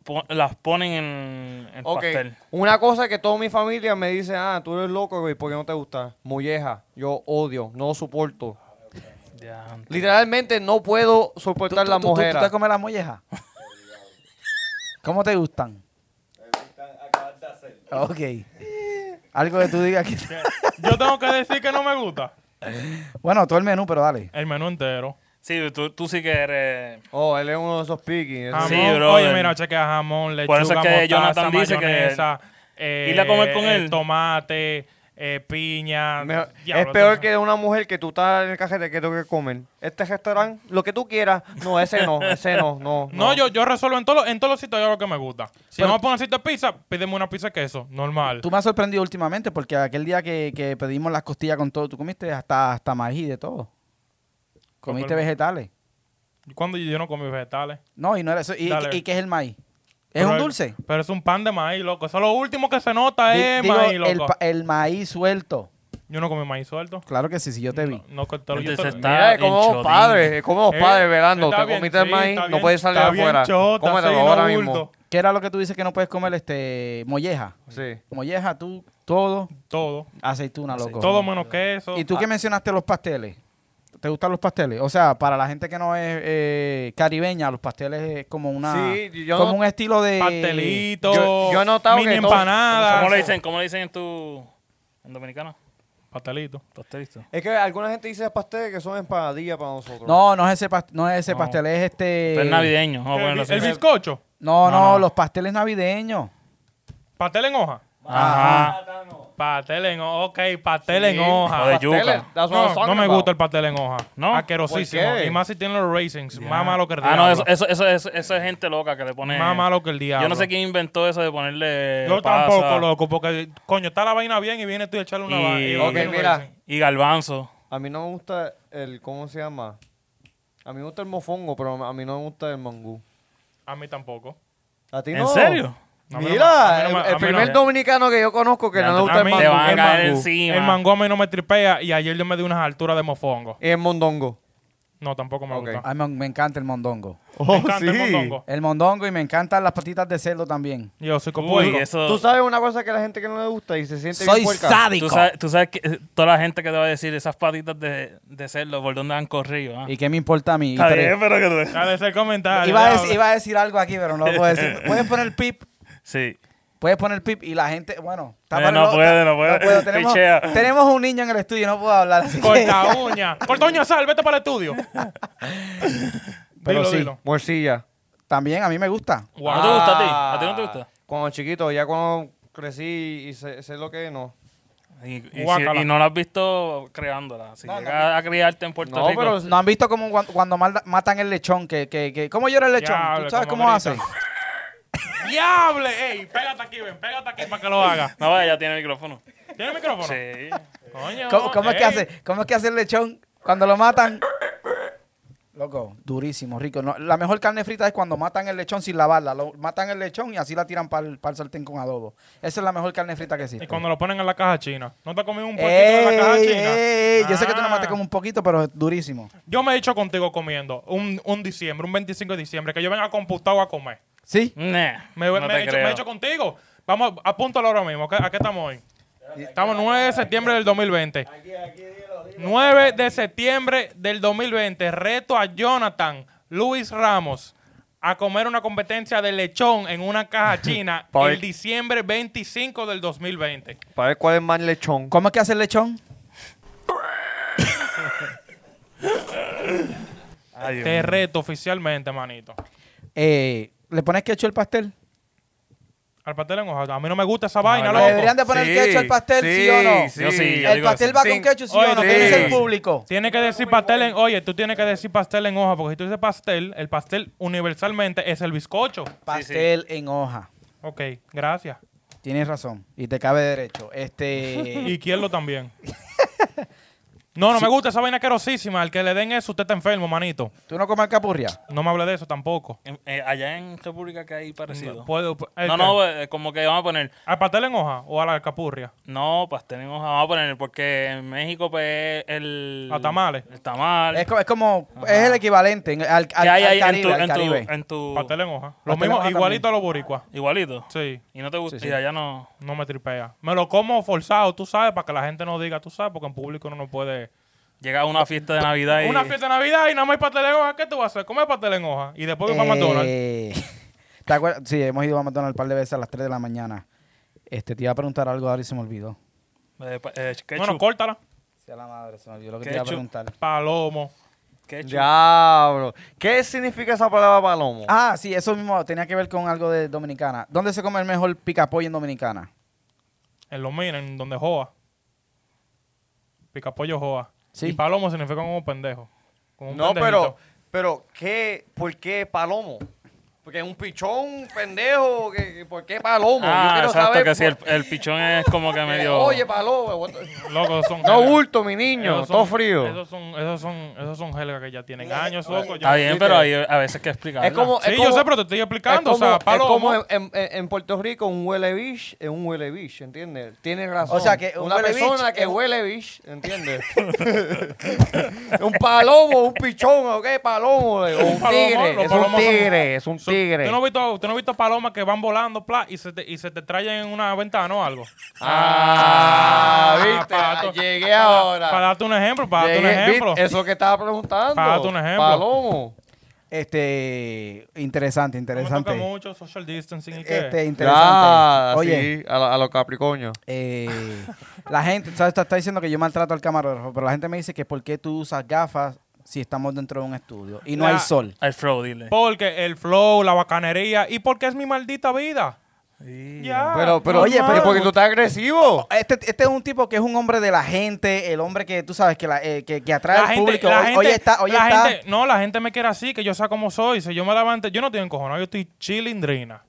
po- las ponen en el
Ok,
pastel.
una cosa que toda mi familia me dice, ah, tú eres loco, güey, ¿por qué no te gusta? Molleja, yo odio, no soporto.
Ya.
Literalmente no puedo
¿Tú,
soportar
tú-
la
tú- tú
mojera.
te comes las mollejas? ¿Cómo te gustan? Ok. Algo que tú digas que...
Yo tengo que decir que no me gusta.
Bueno, todo el menú, pero dale.
El menú entero.
Sí, tú, tú sí que eres.
Oh, él es uno de esos picky.
Jamón,
Sí, brother.
oye, mira, chequea jamón, lechuga,
Por eso es que
mostaza,
Jonathan dice que-
mayonesa, eh,
Irle a comer con él.
tomate, eh, piña.
Mejor- es
diablo,
peor
tú-
que una mujer que tú estás en el cajete que tú que comen. Este restaurante, lo que tú quieras. No, ese no, ese no, no.
No, yo, yo resuelvo en todos los- en todos los sitios yo lo que me gusta. Si vamos a poner sitio de pizza, pídeme una pizza de queso, normal.
Tú me has sorprendido últimamente porque aquel día que, que pedimos las costillas con todo, tú comiste hasta, hasta maíz y de todo. Comiste
Con el-
vegetales.
Cuando yo no comí vegetales.
No, y no era eso. ¿Y,
Dale.
y qué es el maíz? ¿Es
Pero
un
el-
dulce?
Pero es un pan de maíz, loco. Eso es lo último que se nota,
Di-
es
digo,
maíz,
el,
loco.
pa- el maíz suelto.
Yo no comí maíz suelto.
Claro que sí, sí, yo te vi.
No, que te lo- yo
Entonces
te-
está-
Mira,
en
es como los
Chodín.
padres, es como los
Eh,
padres velando.
está
Te
bien,
comiste el
sí,
maíz,
está
no
bien,
puedes salir
está bien
afuera.
chota,
Cómetelo
sí, no
ahora
bulto.
mismo.
¿Qué era lo que tú dices que no puedes comer? Este, molleja.
Sí.
Molleja, tú, todo,
Todo.
aceituna, loco.
Todo menos queso.
¿Y tú qué mencionaste los pasteles? ¿Te gustan los pasteles? O sea, para la gente que no es eh, caribeña, los pasteles es como una...
Sí, yo
como
no-
un estilo de...
Pastelito,
Yo- yo he notado
mini
que todo-
empanada.
¿Cómo le dicen, cómo le dicen en tu. en Dominicana?
Pastelito.
Pastelito.
Es que alguna gente dice pasteles que son empanadillas para nosotros.
No, no es ese, pas- no es ese
No.
pastel, es este...
Pero Pues es navideño. Vamos a
el,
ponerlo así.
el bizcocho.
No, no,
No, no.
los pasteles navideños.
Pastel en hoja.
Ajá.
Pastel en hoja. Ok, pastel en hoja.
O de yuca.
Pasteles, that's what I'm
No,
talking
no me
about.
gusta el pastel en hoja.
¿No?
Asquerosísimo.
¿Por qué?
Y más si tiene los racings. Más malo que el
Ah,
diablo.
no, eso, eso, eso, eso, eso es gente loca que le pone.
Más malo que el diablo.
Yo no sé quién inventó eso de ponerle.
Yo
pasa
tampoco, loco, porque coño, está la vaina bien y viene tú a echarle una vaina.
Y-
y
Ok,
tiene un
mira.
racing.
Y garbanzo.
A mí no me gusta el. ¿Cómo se llama? A mí me gusta el mofongo, pero a mí no me gusta el mangú.
A mí tampoco.
¿A ti
¿En
no?
serio?
A mí no me- a mí
Mira,
no me-
el-
a
el
mí
primer
no.
dominicano que yo conozco que no le gusta
A
el
mí
te van a
mangú.
el
caer
mangú.
encima.
El mangú a mí no me tripea y ayer yo me di unas alturas de mofongo.
Y el mondongo.
No, tampoco me
Ok. Oh,
gusta.
Ay, me, me encanta el mondongo.
Me encanta el mondongo.
El mondongo y me encantan las patitas de cerdo también.
Yo soy como
Uy, eso.
Tú sabes una cosa que a la gente que no le gusta y se siente
Soy
bien puerca?
sádico.
Tú sabes, tú sabes que eh, toda la gente que te va a decir esas patitas de, de cerdo, por dónde han corrido. ah?
¿Y qué me importa a mí?
Está
Pero-
bien, pero que te-
Dale ese comentario.
iba, a
diablo.
decir, iba a decir algo aquí, pero no lo puedo decir. Puedes poner pip,
Ah.
Sí.
puedes poner pip y la gente, bueno, está
Eh,
para
no
lo-
puede,
está-
no puede.
puedo. Tenemos,
Pichea.
tenemos un niño en el estudio, no puedo hablar. así que-
Corta uña. Corta uña, sal, vete para el estudio.
Pero
dilo,
sí.
dilo.
Morcilla.
También a mí me gusta.
¿No te gusta a ti? ¿A ti no te gusta?
Cuando chiquito, ya cuando crecí y sé, sé lo que es, no.
Y, y si-
Guácala.
y no la has visto creándola. Si llegas a criarte en Puerto
No,
Rico.
pero-
¿No han visto cómo cuan- cuando mal- matan el lechón? Que, que, que, ¿Cómo llora el lechón?
Diablo,
¿Tú sabes
cómo
cómo
grita.
hace?
¡Diable! ¡Ey! Pégate aquí, ven, pégate aquí para que lo haga.
No, vaya, ya tiene el micrófono.
¿Tiene micrófono?
Sí.
Coño,
¿Cómo, cómo es que
ey.
hace, ¿Cómo es que hace el lechón cuando lo matan? Loco, durísimo, rico. No, la mejor carne frita es cuando matan el lechón sin lavarla. Lo, matan el lechón y así la tiran para el, sartén con adobo. Esa es la mejor carne frita que existe.
Y cuando lo ponen en la caja china. ¿No te has comido un poquito de la caja
Ey,
china?
ey, Yo sé que tú
Ah.
lo mates como un poquito, pero es durísimo.
Yo me he hecho contigo comiendo un, un diciembre, un 25 de diciembre, que yo venga computado a comer.
¿Sí?
Nah,
Me,
no
me
te
he, hecho,
creo.
me he hecho contigo. Vamos, apúntalo ahora mismo. ¿A qué- a qué estamos hoy? Estamos 9 de septiembre del 2020. 9 de septiembre del 2020. Reto a Jonathan Luis Ramos a comer una competencia de lechón en una caja china
Pa'
el
ver-
diciembre 25 del 2020.
Para ver cuál es más lechón.
¿Cómo es que hace el lechón?
Te reto oficialmente, manito.
Eh, ¿Le pones queso al pastel?
Al pastel en hoja. A mí no me gusta esa vaina,
no.
loco.
Deberían de poner
Sí,
queso al pastel, sí, o no.
Yo sí, yo
el
digo
pastel
así.
va
Sí.
con queso, sí
Oye,
o no.
sí.
¿Quién es el público?
Tiene que decir pastel en... Oye, tú tienes que decir pastel en hoja, porque si tú dices pastel, el pastel universalmente es el bizcocho.
Pastel en hoja.
Ok, gracias.
Tienes razón. Y te cabe derecho. Este.
Y quiero también. No, no me gusta esa vaina querosísima. El que le den eso, usted está enfermo, manito.
¿Tú no comes capurria?
No me hable de eso tampoco.
En- eh, allá en República que hay parecido.
Puedo- pu- ¿el
No,
qué?
no, eh, como que vamos a poner.
¿Al pastel en hoja o a la capurria?
No, pastel en hoja vamos a poner, porque en México pues, el.
A tamales.
El tamal.
Es, co- es como. Es el equivalente en- al, al-
¿Qué hay
al
ahí en
Caribe.
tu,
al
en, tu,
Caribe.
en tu-
Pastel en hoja. Lo
Uh. Pastel en
mismo,
hoja
igualito a los boricuas.
Igualito.
Sí,
Y no te gusta.
Sí, sí.
Y allá no.
no me tripea. Me lo como forzado, tú sabes, para que la gente no diga, tú sabes, porque en público uno no puede...
Llega a una fiesta de Navidad y.
Una fiesta de Navidad y nada más hay pastel en hoja. ¿Qué tú vas a hacer? Comer pastel en hoja. Y después que para McDonald's.
Eh, ¿Te acuerdas? Sí, hemos ido a McDonald's un par de veces a las 3 de la mañana. Este, te iba a preguntar algo ahora y se me olvidó.
eh, pa- eh, ketchup.
Bueno, córtala.
Sea la madre, se me olvidó lo que
¿Qué
te iba a
hecho?
preguntar.
Palomo.
ketchup.
Diablo. ¿Qué significa esa palabra palomo?
Ah, sí, eso mismo tenía que ver con algo de Dominicana. ¿Dónde se come el mejor picapollo en Dominicana?
En los minas, en donde joa. Picapollo joa.
Sí.
Y palomo significa como pendejo. Como un
no, pero,
pendejito.
pero ¿qué? ¿Por qué palomo? Porque es un pichón, un pendejo. que- que- ¿Por qué palomo? Yo
Ah,
quiero
exacto,
saber
que sí. El,
por-
el pichón es como que medio.
Oye, palomo. what the-
Loco, son
No
jerga.
bulto, mi niño.
Esos son-
Todo frío.
Esos son, esos son, esos son jerga que ya tienen años, loco. Yo-
Está bien, pero hay a veces que explicarla.
Es como...
Sí,
es
yo
como-
sé, pero te estoy
Es
explicando.
como,
o sea,
es como
palomo.
en, en- en Puerto Rico un huele bish es un huele bish, ¿entiendes? Tiene razón.
O sea, que un
una
huele bish
persona
es
que
un-
huele bish, ¿entiendes? un palomo, un pichón, ¿ok? Palomo, eh, o un
palomo,
tigre,
los
es un
palomos son-
tigre, es un
son
tigre.
¿Tú no has visto, tú no has visto palomas que van volando pla, y, se te, y se te traen en una ventana o algo?
Ah, viste.
pato.
Llegué ahora.
Para darte un ejemplo, para darte un
Llegué,
ejemplo.
¿viste? Eso que estaba preguntando.
Para darte un ejemplo.
Palomo.
Este, interesante,
No me toca
interesante.
mucho social distancing y qué.
Este, interesante.
Ya,
Oye,
sí, a, la- a los Capricornio.
Eh, la gente, ¿sabes? Está, está diciendo que yo maltrato al camarógrafo, pero la gente me dice que por qué tú usas gafas si estamos dentro de un estudio y no
La-
hay sol.
Al Fro, dile.
Porque el flow, la bacanería y porque es mi maldita vida.
Sí.
Ya.
Pero, pero,
Oye,
oye,
pero-
pero porque tú estás agresivo.
Este, este es un tipo que es un hombre de la gente, el hombre que tú sabes que, la- eh, que, que atrae al público.
la
Hoy-
gente-
hoy está, hoy
la
está.
gente- no, la gente me quiere así, que yo sea como soy. Si yo me levanto, yo no estoy encojonado, yo estoy chilindrina.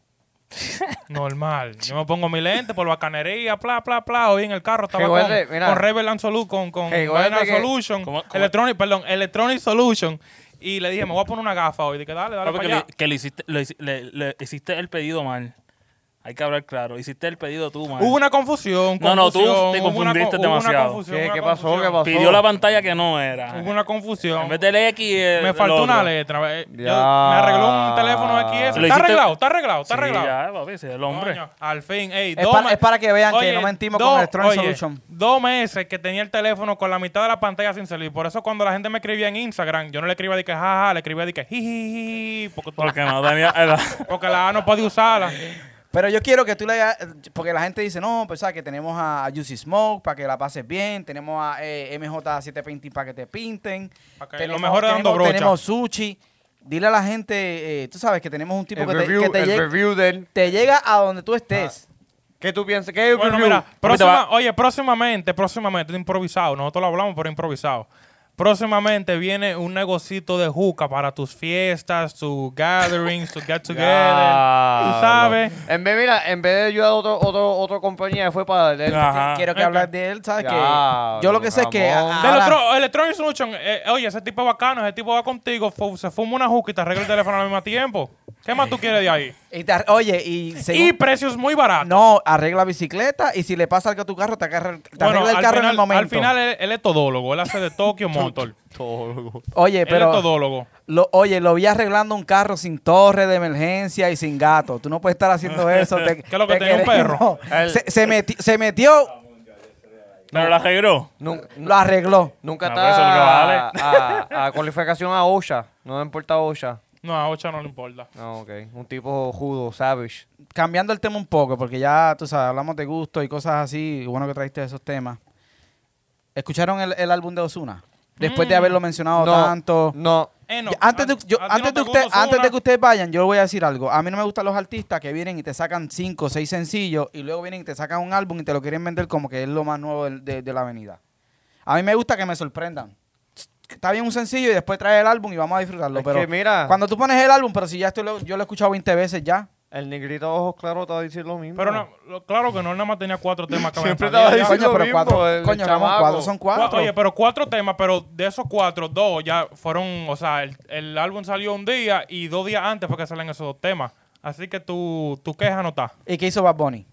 Normal. Yo me pongo mi lente por bacanería, bla, bla, bla. Hoy en el carro estaba
Que
con,
huele, mira.
con Rebel and Solu- con, con
Que huele
Vinyl
que-
Solution,
¿Cómo- cómo?
Electronic, perdón, Electronic Solution. Y le dije, me voy a poner una gafa hoy. Dije, dale, dale
Papi, que,
para
le,
allá.
que le hiciste, lo hici- le- le hiciste el pedido mal. Hay que hablar claro. Hiciste el pedido tú mal.
Hubo una confusión,
No, no, tú
confusión,
te
hubo una co-
confundiste
hubo una
demasiado.
confusión,
¿Qué-
una
qué pasó?
confusión.
¿Qué pasó?
Pidió la pantalla que no era.
Hubo una confusión.
En vez del X, el-
Me faltó
el
una
otro.
letra. eh, yo- me
Ya.
arregló un teléfono XS.
Lo
Está
hiciste-
arreglado, está arreglado, está
Sí,
arreglado.
ya, papi, ese es el hombre.
Coño, al fin, ey,
Es
dos
para-
me-
es para que vean que no mentimos con Electronic
oye,
Solution.
Dos meses que tenía el teléfono con la mitad de la pantalla sin salir. Por eso cuando la gente me escribía en Instagram, yo no le escribía de que jaja, le escribía de que jiji, porque, tú-
Porque no tenía. era-
porque la A no podía usarla.
Pero yo quiero que tú le hagas- porque la gente dice, no, pues sabes que tenemos a Juicy Smoke para que la pases bien, tenemos a eh, MJ720 para que te pinten,
Pa' que
tenemos,
lo mejor es dando
tenemos,
brocha.
tenemos sushi. Dile a la gente, eh, tú sabes que tenemos un tipo
El
que te,
review,
que te
el
llega-
review del.
te llega a donde tú estés.
¿Qué tú piensas? ¿Qué es el
Bueno,
review?
mira,
Ahorita
próxima-
va.
oye, próximamente, próximamente, improvisado. Nosotros lo hablamos, pero improvisado. Próximamente viene un negocito de juca para tus fiestas, tus gatherings, tus get together.
Ya,
Tú sabes.
no. En vez, mira, en vez de ayudar a otro, otro, otra compañía, fue para el-
Ajá.
Quiero que
Ah, ok.
hablar de él, ¿sabes?
Ya,
que yo lo que sé es que... ah,
Ramón.
a-
Del
ahora-
otro, Electronic Solution, eh, oye, ese tipo es bacano, ese tipo va contigo, fu- se fuma una juca y te arregla el teléfono al mismo tiempo. ¿Qué más tú quieres de ahí?
y te ar- oye, y, según-
Y precios muy baratos.
No, arregla bicicleta y si le pasa algo a tu carro, te, agarra el- te arregla el
al
carro
final,
en el momento.
Al final, él, él es todólogo, él hace de Tokyo Motor.
oye,
Él es
Eh, pero...
todólogo.
Lo, oye, lo vi arreglando un carro sin torre de emergencia y sin gato. Tú no puedes estar haciendo eso. Te,
¿Qué es lo que
te
tenía un
queremos.
perro?
El-
Se, se meti- se metió,
Pero la arregló.
Nun-
lo arregló.
Nunca
No,
está
pues,
pero eso es lo que vale.
a, a- a cualificación a OSHA. No me importa OSHA.
No, a Ocha no le importa.
No, ok. Un tipo judo, savage.
Cambiando el tema un poco, porque ya, tú sabes, hablamos de gusto y cosas así. y Bueno que trajiste esos temas. ¿Escucharon el, el álbum de Osuna? Después de haberlo mencionado tanto.
No.
Eh, no,
Yo- antes de,
an-
yo-
a ti no
antes
te
de usted,
gusta
antes de
Ozuna.
que ustedes vayan, yo voy a decir algo. A mí no me gustan los artistas que vienen y te sacan cinco o seis sencillos y luego vienen y te sacan un álbum y te lo quieren vender como que es lo más nuevo del- de, de la avenida. A mí me gusta que me sorprendan. Está bien un sencillo y después trae el álbum y vamos a disfrutarlo.
Es
pero
que mira.
cuando tú pones el álbum, pero si ya esto lo- yo lo he escuchado 20 veces ya.
El negrito ojos claro te va a decir lo mismo.
Pero no, lo- claro que no, él nada más tenía cuatro temas que
Siempre
habían salido.
estaba
Coño,
lo
pero
mismo,
cuatro.
el
coño, Ramón,
chamaco.
cuatro son cuatro.
Oye, pero cuatro temas, pero de esos cuatro, dos ya fueron, o sea, el, el álbum salió un día y dos días antes fue que salen esos dos temas. Así que tu, tu queja no está.
¿Y qué hizo Bad Bunny?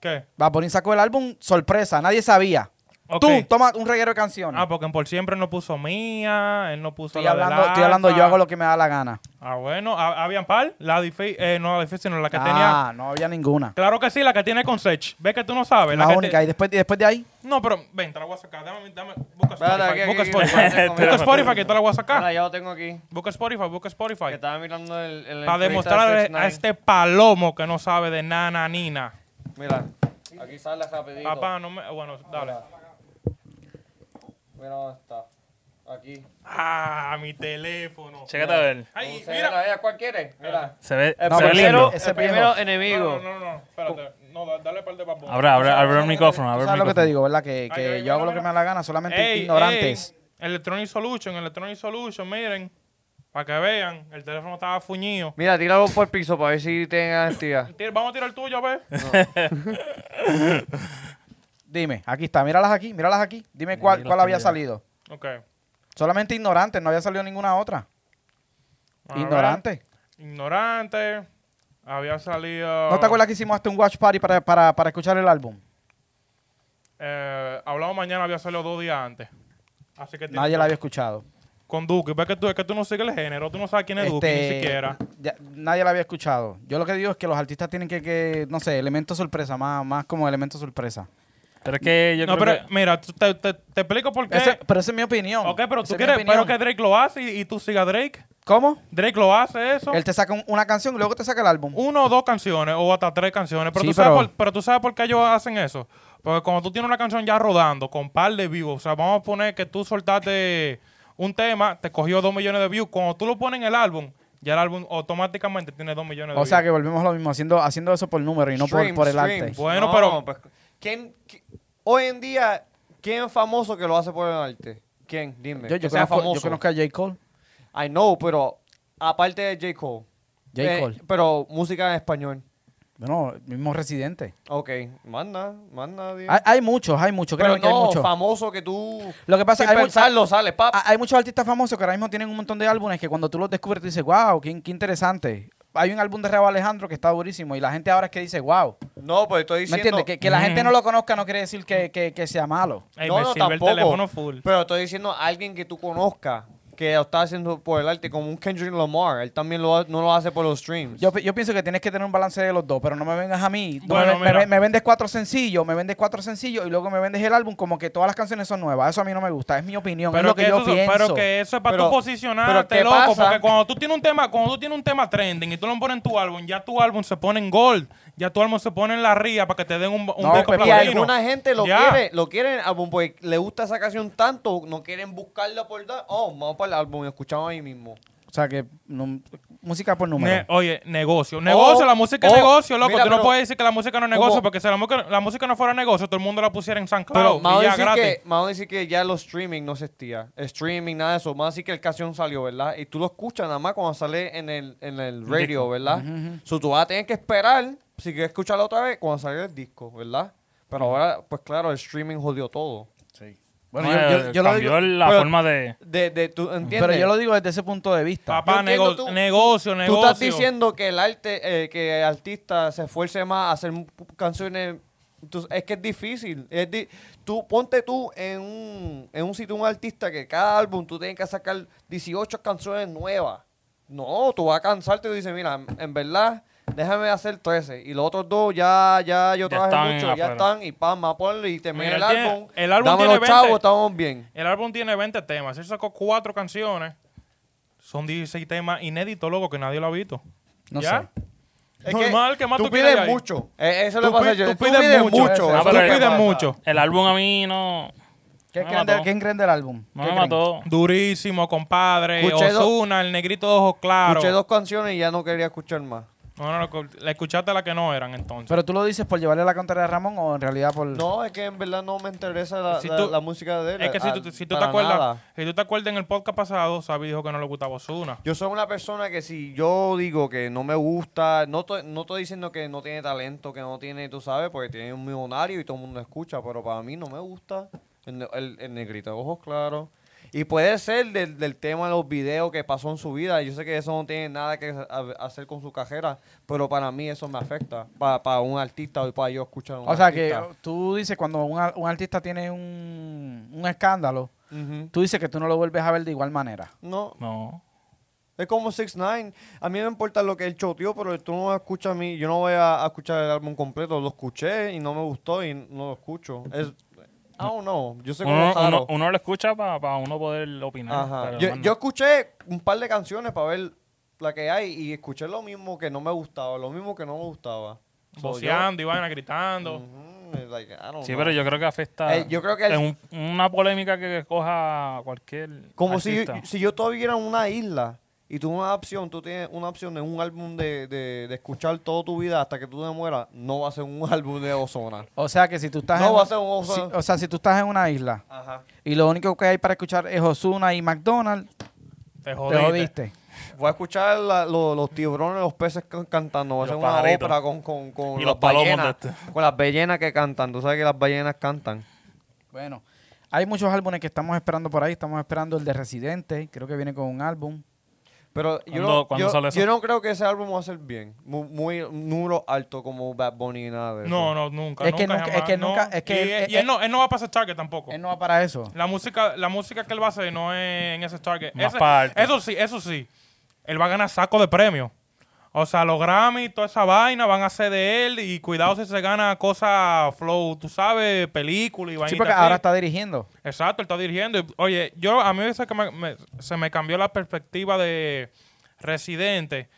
¿Qué?
Bad Bunny sacó el álbum sorpresa, nadie sabía.
Ok.
Tú, toma un reguero de canciones.
Ah, porque en por siempre él no puso mía, él no puso
estoy,
la del
hablando, estoy hablando, yo
Alfa.
hago lo que me da la gana.
Ah, bueno, ha- habían par, la difícil, eh, no la difícil, sino la que
ah,
tenía.
no había ninguna.
Claro que sí, la que tiene con Sech. Ve que tú no sabes.
La
que te-
única. Y, después, y después de ahí,
No, pero ven, te la voy a sacar. Dame, dame, busca
Espérate,
Spotify.
aquí,
busca
aquí,
Spotify.
aquí, aquí,
busca
aquí.
Spotify que te la voy a
Mira,
sacar.
ya lo tengo aquí.
Busca Spotify, busca Spotify.
Que estaba mirando el. el
Para
entrevista de
demostrarle
6ix9ine.
a este palomo que no sabe de nana nina.
Mira. Aquí sale rapidito.
Papá, no me. Bueno, dale.
Mira dónde está. Aquí.
Ah, mi teléfono.
Chécate a ver.
Ay,
Se
mira.
ve la- ¿Cuál quieres? Mira.
Se ve,
El
No,
se ve
pero
lindo.
primero,
ese
el
viejo.
primero
No,
enemigo.
no, no, espérate. No, da- dale par de papón.
Abra, abra, abre el micrófono.
tú
Abre el
sabes lo que te
micrófono.
digo, ¿verdad? Que, que
Ay, ay,
yo hago
mira,
lo que
mira.
me da la gana, solamente
Ey,
ignorantes.
ey, Electronic Solution, Electronic Solution, miren. Para que vean, el teléfono estaba fuñido.
Mira, tíralo por piso para ver si tienen garantía.
Tira- Vamos a tirar el tuyo, a ver.
Dime, aquí está, míralas aquí, míralas aquí. Dime cuál, cuál había salido.
Ok. A
Solamente ignorantes, no había salido ninguna otra.
Ah, ver.
Ignorante.
Ignorante. Había salido.
¿No te acuerdas que hicimos hasta un watch party para, para, para escuchar el álbum?
Eh, hablamos mañana, había salido dos días antes. Así que.
Nadie la había escuchado.
con Duki. Ves que tú, es que tú no sigues el género, tú no sabes quién es Duki
Este,
ni siquiera.
ya- nadie la había escuchado. Yo lo que digo es que los artistas tienen que, que no sé, elemento sorpresa, más, más como elemento sorpresa.
Pero es que yo
No,
creo
pero
que...
mira, tú- te, te- te explico por qué.
Ese- pero esa es mi opinión.
ok, pero
Esa
tú
es mi
quieres
opinión.
pero que Drake lo hace y, y tú sigas a Drake.
¿Cómo?
Drake lo hace eso.
Él te saca un- una canción y luego te saca el álbum.
Uno o dos canciones o hasta tres canciones. Pero,
Sí,
tú sabes
pero-
por, pero tú sabes por qué ellos hacen eso. Porque cuando tú tienes una canción ya rodando con par de views, o sea, vamos a poner que tú soltaste un tema, te cogió dos millones de views. Cuando tú lo pones en el álbum, ya el álbum automáticamente tiene dos millones de
O sea
views.
que volvemos a lo mismo, haciendo, haciendo eso por número y no por,
Stream,
por el
stream.
arte.
Bueno,
No,
pero-
pues, ¿quién, qui- hoy en día, ¿quién es famoso que lo hace por el arte? ¿Quién? Dime.
Yo,
que
yo,
sea
conozco,
famoso.
yo conozco a J. Cole.
I know, pero aparte de J. Cole. Eh,
J. Cole.
Pero música en español.
Bueno, mismo residente.
Ok, manda, manda. Diego.
Hay, hay muchos, hay muchos,
pero
créeme Ah, que hay
no,
muchos.
famoso que tú.
Lo que pasa
sin
es que hay mu-
pensarlo, sale, pap.
Ah, Hay muchos artistas famosos que ahora mismo tienen un montón de álbumes que cuando tú los descubres tú dices, wow, qué, qué interesante. Hay un álbum de Raúl Alejandro que está durísimo y la gente ahora es que dice, wow.
No, pues estoy
¿Me
diciendo.
entiendes? Que, que la gente no lo conozca no quiere decir que, que- que sea malo.
Ey,
no,
me
no,
sirve
tampoco.
el teléfono full.
Pero estoy diciendo a alguien que tú conozcas que lo está haciendo por el arte, como un Kendrick Lamar. Él también lo, ha- no lo hace por los streams.
Yo, pi- yo pienso que tienes que tener un balance de los dos, pero no me vengas a mí. No
Bueno,
me, me-
mira.
me vendes cuatro sencillos, me vendes cuatro sencillos y luego me vendes el álbum como que todas las canciones son nuevas. Eso a mí no me gusta, es mi opinión, es lo que, yo
eso,
pienso.
pero que eso es para
Pero-
tú posicionarte,
pero ¿qué
loco.
pasa?
Porque cuando tú tienes un tema, cuando tú tienes un tema trending y tú lo pones en tu álbum, ya tu álbum se pone en gold, ya tu álbum se pone en la ría para que te den un, un
No,
disco
Pepe,
y
platino.
alguna gente lo
Ya.
quiere, lo quieren álbum porque le gusta esa canción tanto, no quieren buscarla por dar. Oh, vamos para el álbum y escuchamos ahí mismo.
O sea, que no- música por número.
Ne- oye, negocio. Negocio, la música
oh,
es negocio, loco.
mira,
tú no
pero-
puedes decir que la música no es negocio,
¿Cómo?
porque si la, música- la música no fuera negocio, todo el mundo la pusiera en San
Pero
Claudio
vamos
y
a
ya
decir
gratis.
que, vamos a decir que ya los streaming no existía. Streaming, nada de eso. Vamos a decir que el canción salió, ¿verdad? Y tú lo escuchas nada más cuando sale en el, en el radio, ¿verdad? So, tú vas a tener que esperar, si quieres escucharlo otra vez, cuando salga el disco, ¿verdad? Pero ahora, pues claro, el streaming jodió todo.
Bueno,
No, eh,
yo- yo- yo lo
cambió
digo-
la
pero-
forma de...
De, de, ¿Tú entiendes?
pero yo lo digo desde ese punto de vista.
Papá,
Yo entiendo
nego-
tú-
negocio, negocio.
Tú estás diciendo que el arte, eh, que el artista se esfuerce más a hacer m- canciones. tú- es que es difícil. Es di- tú ponte tú en un, en un sitio, un artista que cada álbum tú tienes que sacar 18 canciones nuevas. No, tú vas a cansarte y dices, mira, en- en verdad, déjame hacer 13. Y los otros dos ya, ya yo
Ya
trabajé
están
mucho, ya
afuera.
están. Y pam, más ponle y termina
Mira,
el
él tiene-
álbum.
el álbum
Dame
tiene
los
20.
chavos, estamos bien.
El álbum tiene 20 temas. Él sacó cuatro canciones. Son 16 temas inéditos, loco, que nadie lo ha visto.
No
¿Ya?
sé.
Es
Normal, ¿qué más
tú
tú quieres
pides
ahí?
mucho. Eh, eso
Tú
le pasa
pi-
a yo.
tú pides mucho.
eso
Ah,
es
Tú
pero-
lo que
pides
pasa.
mucho.
El álbum a mí no...
¿Qué,
No me
creen, de-
mató.
qué creen del álbum?
No
¿Qué
me
creen?
mató.
Durísimo, compadre.
Escuché dos-
Osuna, el negrito de ojos claros.
Escuché dos canciones y ya no quería escuchar más.
No, no, loco, le escuchaste la que no eran entonces.
Pero tú lo dices por llevarle la contraria a Ramón o en realidad por.
No, es que en verdad no me interesa la,
Si
la-
tú-
la música de él.
es que
eh,
si
a-
tú, si tú te
para
acuerdas,
nada.
si tú te acuerdas en el podcast pasado, Sabi dijo que no le gustaba Osuna.
Yo soy una persona que si yo digo que no me gusta, no estoy no estoy diciendo que no tiene talento, que no tiene, tú sabes, porque tiene un millonario y todo el mundo escucha, pero para mí no me gusta el, el- el negrito de ojos claros. Y puede ser del, del tema de los videos que pasó en su vida. Yo sé que eso no tiene nada que a- hacer con su cajera, pero para mí eso me afecta. Para, para un artista y para yo escuchar a un
O sea que
artista.
tú dices cuando un, ar- un artista tiene un, un escándalo,
Ujú.
tú dices que tú no lo vuelves a ver de igual manera.
No,
No.
Es como 6 9 A mí me importa lo que él choteó, pero tú no escuchas a mí. Yo no voy a, a escuchar el álbum completo. Lo escuché y no me gustó y no lo escucho. Es, I don't know. Yo sé cómo
Uno,
es
uno,
raro.
uno lo escucha para uno poder opinar.
Ajá.
pero
Yo,
más
yo
no.
escuché un par de canciones para ver la que hay y escuché lo mismo que no me gustaba, lo mismo que no me gustaba. So,
Boceando y vaina gritando.
yo-
Mm,
Ujú, like, I don't
Sí,
know.
pero yo creo que afecta.
Eh, yo creo que el-
es un- una polémica que coja cualquier.
Como si yo,
artista.
si yo estuviera en una isla y tú una opción, tú tienes una opción de un álbum de, de, de escuchar toda tu vida hasta que tú te mueras, no va a ser un álbum de Ozona.
O sea que si tú estás
No,
en,
va a ser un- o sea-
si- o sea, si tú estás en una isla
Ajá.
y lo único que hay para escuchar es Osuna y McDonald's,
Te
te
jodiste.
jodiste.
Voy a escuchar la- lo- los tiburones, los peces can- cantando. Va a
Y
ser
los
una
pajaritos.
ópera con, con, con
Y
las
los palomos
ballenas.
de este.
Con las ballenas que cantan. Tú sabes que las ballenas cantan.
Bueno, hay muchos álbumes que estamos esperando por ahí. Estamos esperando el de Residente, creo que viene con un álbum.
Pero yo,
¿Cuándo-
no,
cuándo
yo-
sale eso?
yo no creo que ese álbum va a ser bien. Muy, muy número alto como Bad Bunny y nada de eso.
No, no, nunca.
Es que
nunca,
nunca-
jamás,
es que
no.
nunca- es que
Y,
él-
y él,
él-
no, él no va a pasar target tampoco.
Él no va para eso.
La música, la música que él va a hacer no es en ese target.
Más
Ese-
parte.
eso sí, eso sí. Él va a ganar saco de premios. O sea, los Grammy, toda esa vaina van a ser de él. Y cuidado si se gana cosas flow, tú sabes, película y vaina.
Sí, porque ahora está dirigiendo.
Exacto, él está dirigiendo. Y, Oye, yo a mí se, que me- me- se me cambió la perspectiva de residente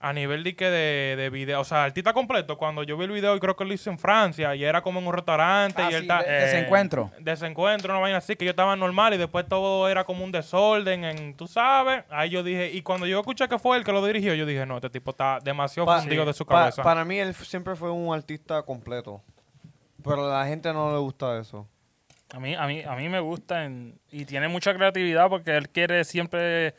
a nivel de que de, de video, o sea, artista completo. Cuando yo vi el video, y creo que lo hizo en Francia y era como en un restaurante
Ah,
y él
sí,
ta-
de-
Eh,
desencuentro.
Desencuentro, una vaina así que yo estaba normal y después todo era como un desorden en, tú sabes. Ahí yo dije, y cuando yo escuché que fue él que lo dirigió, yo dije, no, este tipo está demasiado
Pa-
fundido de su
pa-
cabeza.
para mí él f- siempre fue un artista completo. Pero a la gente no le gusta eso.
A mí, a mí, a mí me gusta en- y tiene mucha creatividad porque él quiere siempre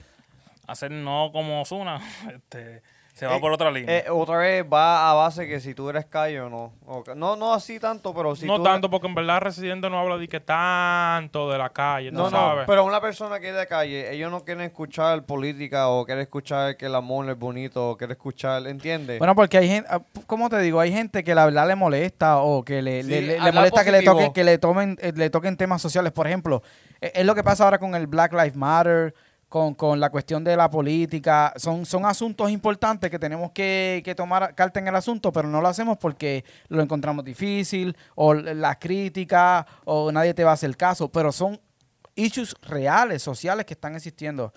hacer no como Osuna. Este, se va
Eh,
por otra línea.
Eh, otra vez va a base que si tú eres callo no. O que- No, no así tanto, pero si
no
tú-
tanto, porque en verdad Residente no habla de que tanto de la calle, tú
No, no,
sabes.
pero una persona que es de calle, ellos no quieren escuchar política o quieren escuchar que el amor es bonito o quieren escuchar, ¿entiendes?
Bueno, porque hay gente, ¿cómo te digo? Hay gente que la verdad le molesta o que le,
Sí,
le- le- le
hablar
molesta que le
positivo.
toquen, que le tomen, eh, le toquen temas sociales. Por ejemplo, eh, es lo que pasa ahora con el Black Lives Matter, con, con la cuestión de la política. Son, son asuntos importantes que tenemos que, que tomar carta en el asunto, pero no lo hacemos porque lo encontramos difícil, o l- las críticas, o nadie te va a hacer caso. Pero son issues reales, sociales que están existiendo.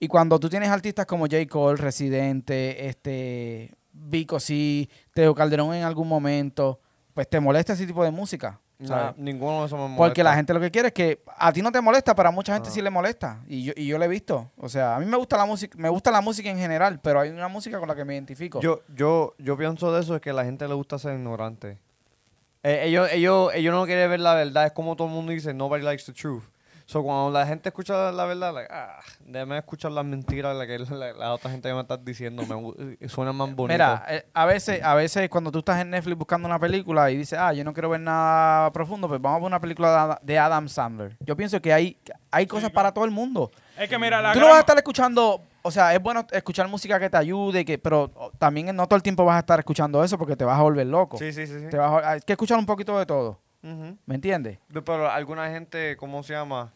Y cuando tú tienes artistas como J. Cole, Residente, este, Vico sí, Teo Calderón en algún momento, pues te molesta ese tipo de música.
No,
¿sabes?
ninguno de esos me
Porque
molesta.
la gente lo que quiere es que a ti no te molesta, pero a mucha gente sí le molesta. Y yo, y yo lo he visto. O sea, a mí me gusta la música, me gusta la música en general, pero hay una música con la que me identifico.
Yo, yo, yo pienso de eso es que a la gente le gusta ser ignorante. Eh, ellos, ellos, ellos no quieren ver la verdad. Es como todo el mundo dice, nobody likes the truth. So, cuando la gente escucha la, la verdad, like, ah, déjame escuchar las mentiras la que la, la otra gente que me está diciendo. Me, gu- eh, suena más bonito.
Mira, eh, a veces, a veces cuando tú estás en Netflix buscando una película y dices, ah, yo no quiero ver nada profundo, pues vamos a ver una película de Ad- de Adam Sandler. Yo pienso que hay, hay cosas para todo el mundo.
es que mira, la
Tú no vas a
gran-
estar escuchando, o sea, es bueno escuchar música que te ayude, que, pero oh, también no todo el tiempo vas a estar escuchando eso porque te vas a volver loco.
sí, sí, sí. sí.
Te vas a- hay que escuchar un poquito de todo,
Ujú.
¿me entiendes?
De- Pero alguna gente, ¿cómo se llama?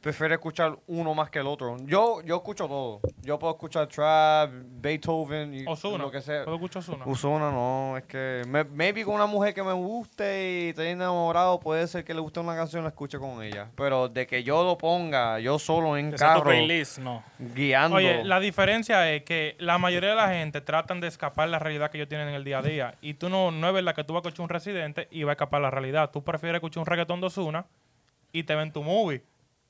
Prefiere escuchar uno más que el otro. Yo, yo escucho todo. Yo puedo escuchar trap, Beethoven, y
Ozuna.
lo que sea.
Puedo escuchar Ozuna.
Usona no, es que me- maybe con una mujer que me guste y esté enamorado puede ser que le guste una canción y la escuche con ella, pero de que yo lo ponga yo solo en
Ese es tu
carro
playlist, no.
guiando.
Oye, la diferencia es que la mayoría de la gente tratan de escapar la realidad que ellos tienen en el día a día. Y tú no, no es verdad que tú vas a escuchar un residente y vas a escapar la realidad. Tú prefieres escuchar un reggaetón de Ozuna y te ven tu movie.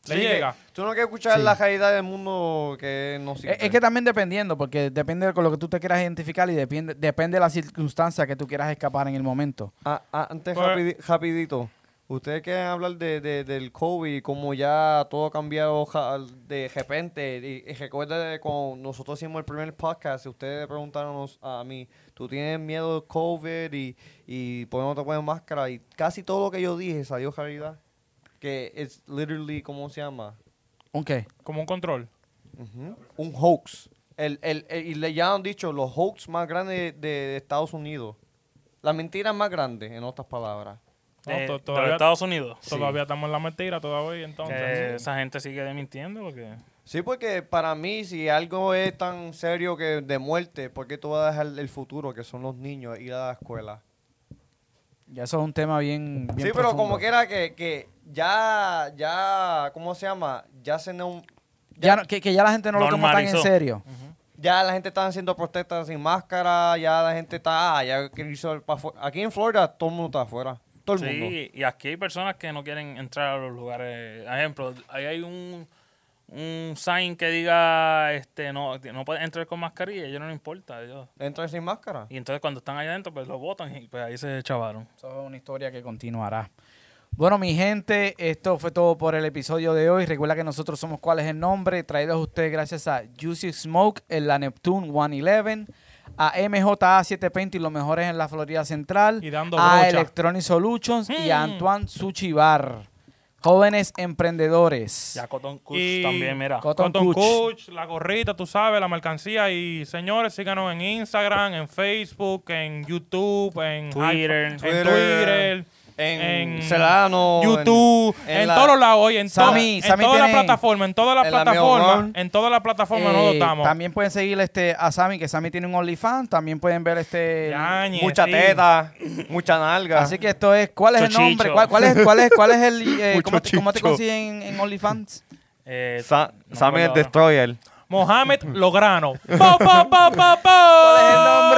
Le
Sí, que
llega.
Tú no quieres escuchar
Sí.
la realidad del mundo que no
Es,
sirve.
es que también dependiendo, porque depende de con lo que tú te quieras identificar y depende, depende de la circunstancia que tú quieras escapar en el momento.
Ah, ah, antes,
Pues-
rapidi- rapidito. Ustedes quieren hablar de, de- del COVID y cómo ya todo ha cambiado ja- de repente. Y, y recuerda de cuando nosotros hicimos el primer podcast, ustedes preguntaron nos- a mí, ¿tú tienes miedo del COVID y, y por qué no te pones máscara? Y casi todo lo que yo dije salió realidad. Que es literally, ¿cómo se llama?
Ok.
Como un control.
Ujú. Un hoax. El, el, el- y le ya han dicho los hoax más grandes de, de Estados Unidos. Las mentiras más grandes, en otras palabras.
No,
Eh, De-
to-
de los
todavía,
Estados Unidos.
todavía estamos en la mentira, todavía. Entonces,
Eh,
Que esa gente sigue mintiendo porque...
Sí, porque para mí, si algo es tan serio que de muerte, ¿por qué tú vas a dejar el futuro, que son los niños, ir a la escuela?
Ya eso es un tema bien. bien
sí, pero
profundo.
como quiera que, que ya, ya, ¿cómo se llama? Ya se no,
Ya no- que, que ya la gente no lo toma tan en
Normalizó.
serio.
ya la gente está haciendo protestas sin máscara, ya la gente está, ah, ya que hizo el pa' afu- Aquí en Florida todo el mundo está afuera, todo el mundo.
Sí, y aquí hay personas que no quieren entrar a los lugares. Por ejemplo, ahí hay un, un sign que diga, este, no, no puedes entrar con mascarilla, a ellos no les importa. a ellos.
Entran sin máscara.
Y entonces cuando están allá adentro, pues los botan y pues ahí se chavaron.
Eso es una historia que continuará. Bueno, mi gente, esto fue todo por el episodio de hoy. Recuerda que nosotros somos cuál es el nombre, traídos a ustedes gracias a Juicy Smoke en la Neptune 111, a MJA 720 y los mejores en la Florida Central,
Y dando
a
brocha.
Electronic Solutions y a
Mm.
Antoine Suchibar. Jóvenes emprendedores.
Ya Cotton Kush
Y-
también, mira.
Cotton-
Cotton,
Kuch.
Kuch, la gorrita, tú sabes, la mercancía. Y señores, síganos en Instagram, en Facebook, en YouTube, en
Twitter.
en Twitter,
en,
en
Celano, en-
YouTube, en,
la-
todos los lados, oye, en, to-
Sammy,
en
Sammy
todas las
tiene-
plataformas, en todas las
en la
plataformas,
Meogon.
en todas las plataformas nos
Eh,
dotamos.
También pueden seguir este, a Sammy, que Sammy tiene un OnlyFans. También pueden ver este.
Yañe,
Mucha
sí.
teta, mucha nalga.
Así que esto es. ¿Cuál es el
Chochicho.
nombre? ¿Cuál, cuál es, cuál, es, cuál es el. eh,
Mucho
¿cómo, te, cómo te
chicho.
consiguen en OnlyFans?
Eh,
Sa-
no me
Sammy
acuerdo
el
ahora.
Destroyer.
Mohamed Lograno. Po, po, po, po, po.
¿Cuál es el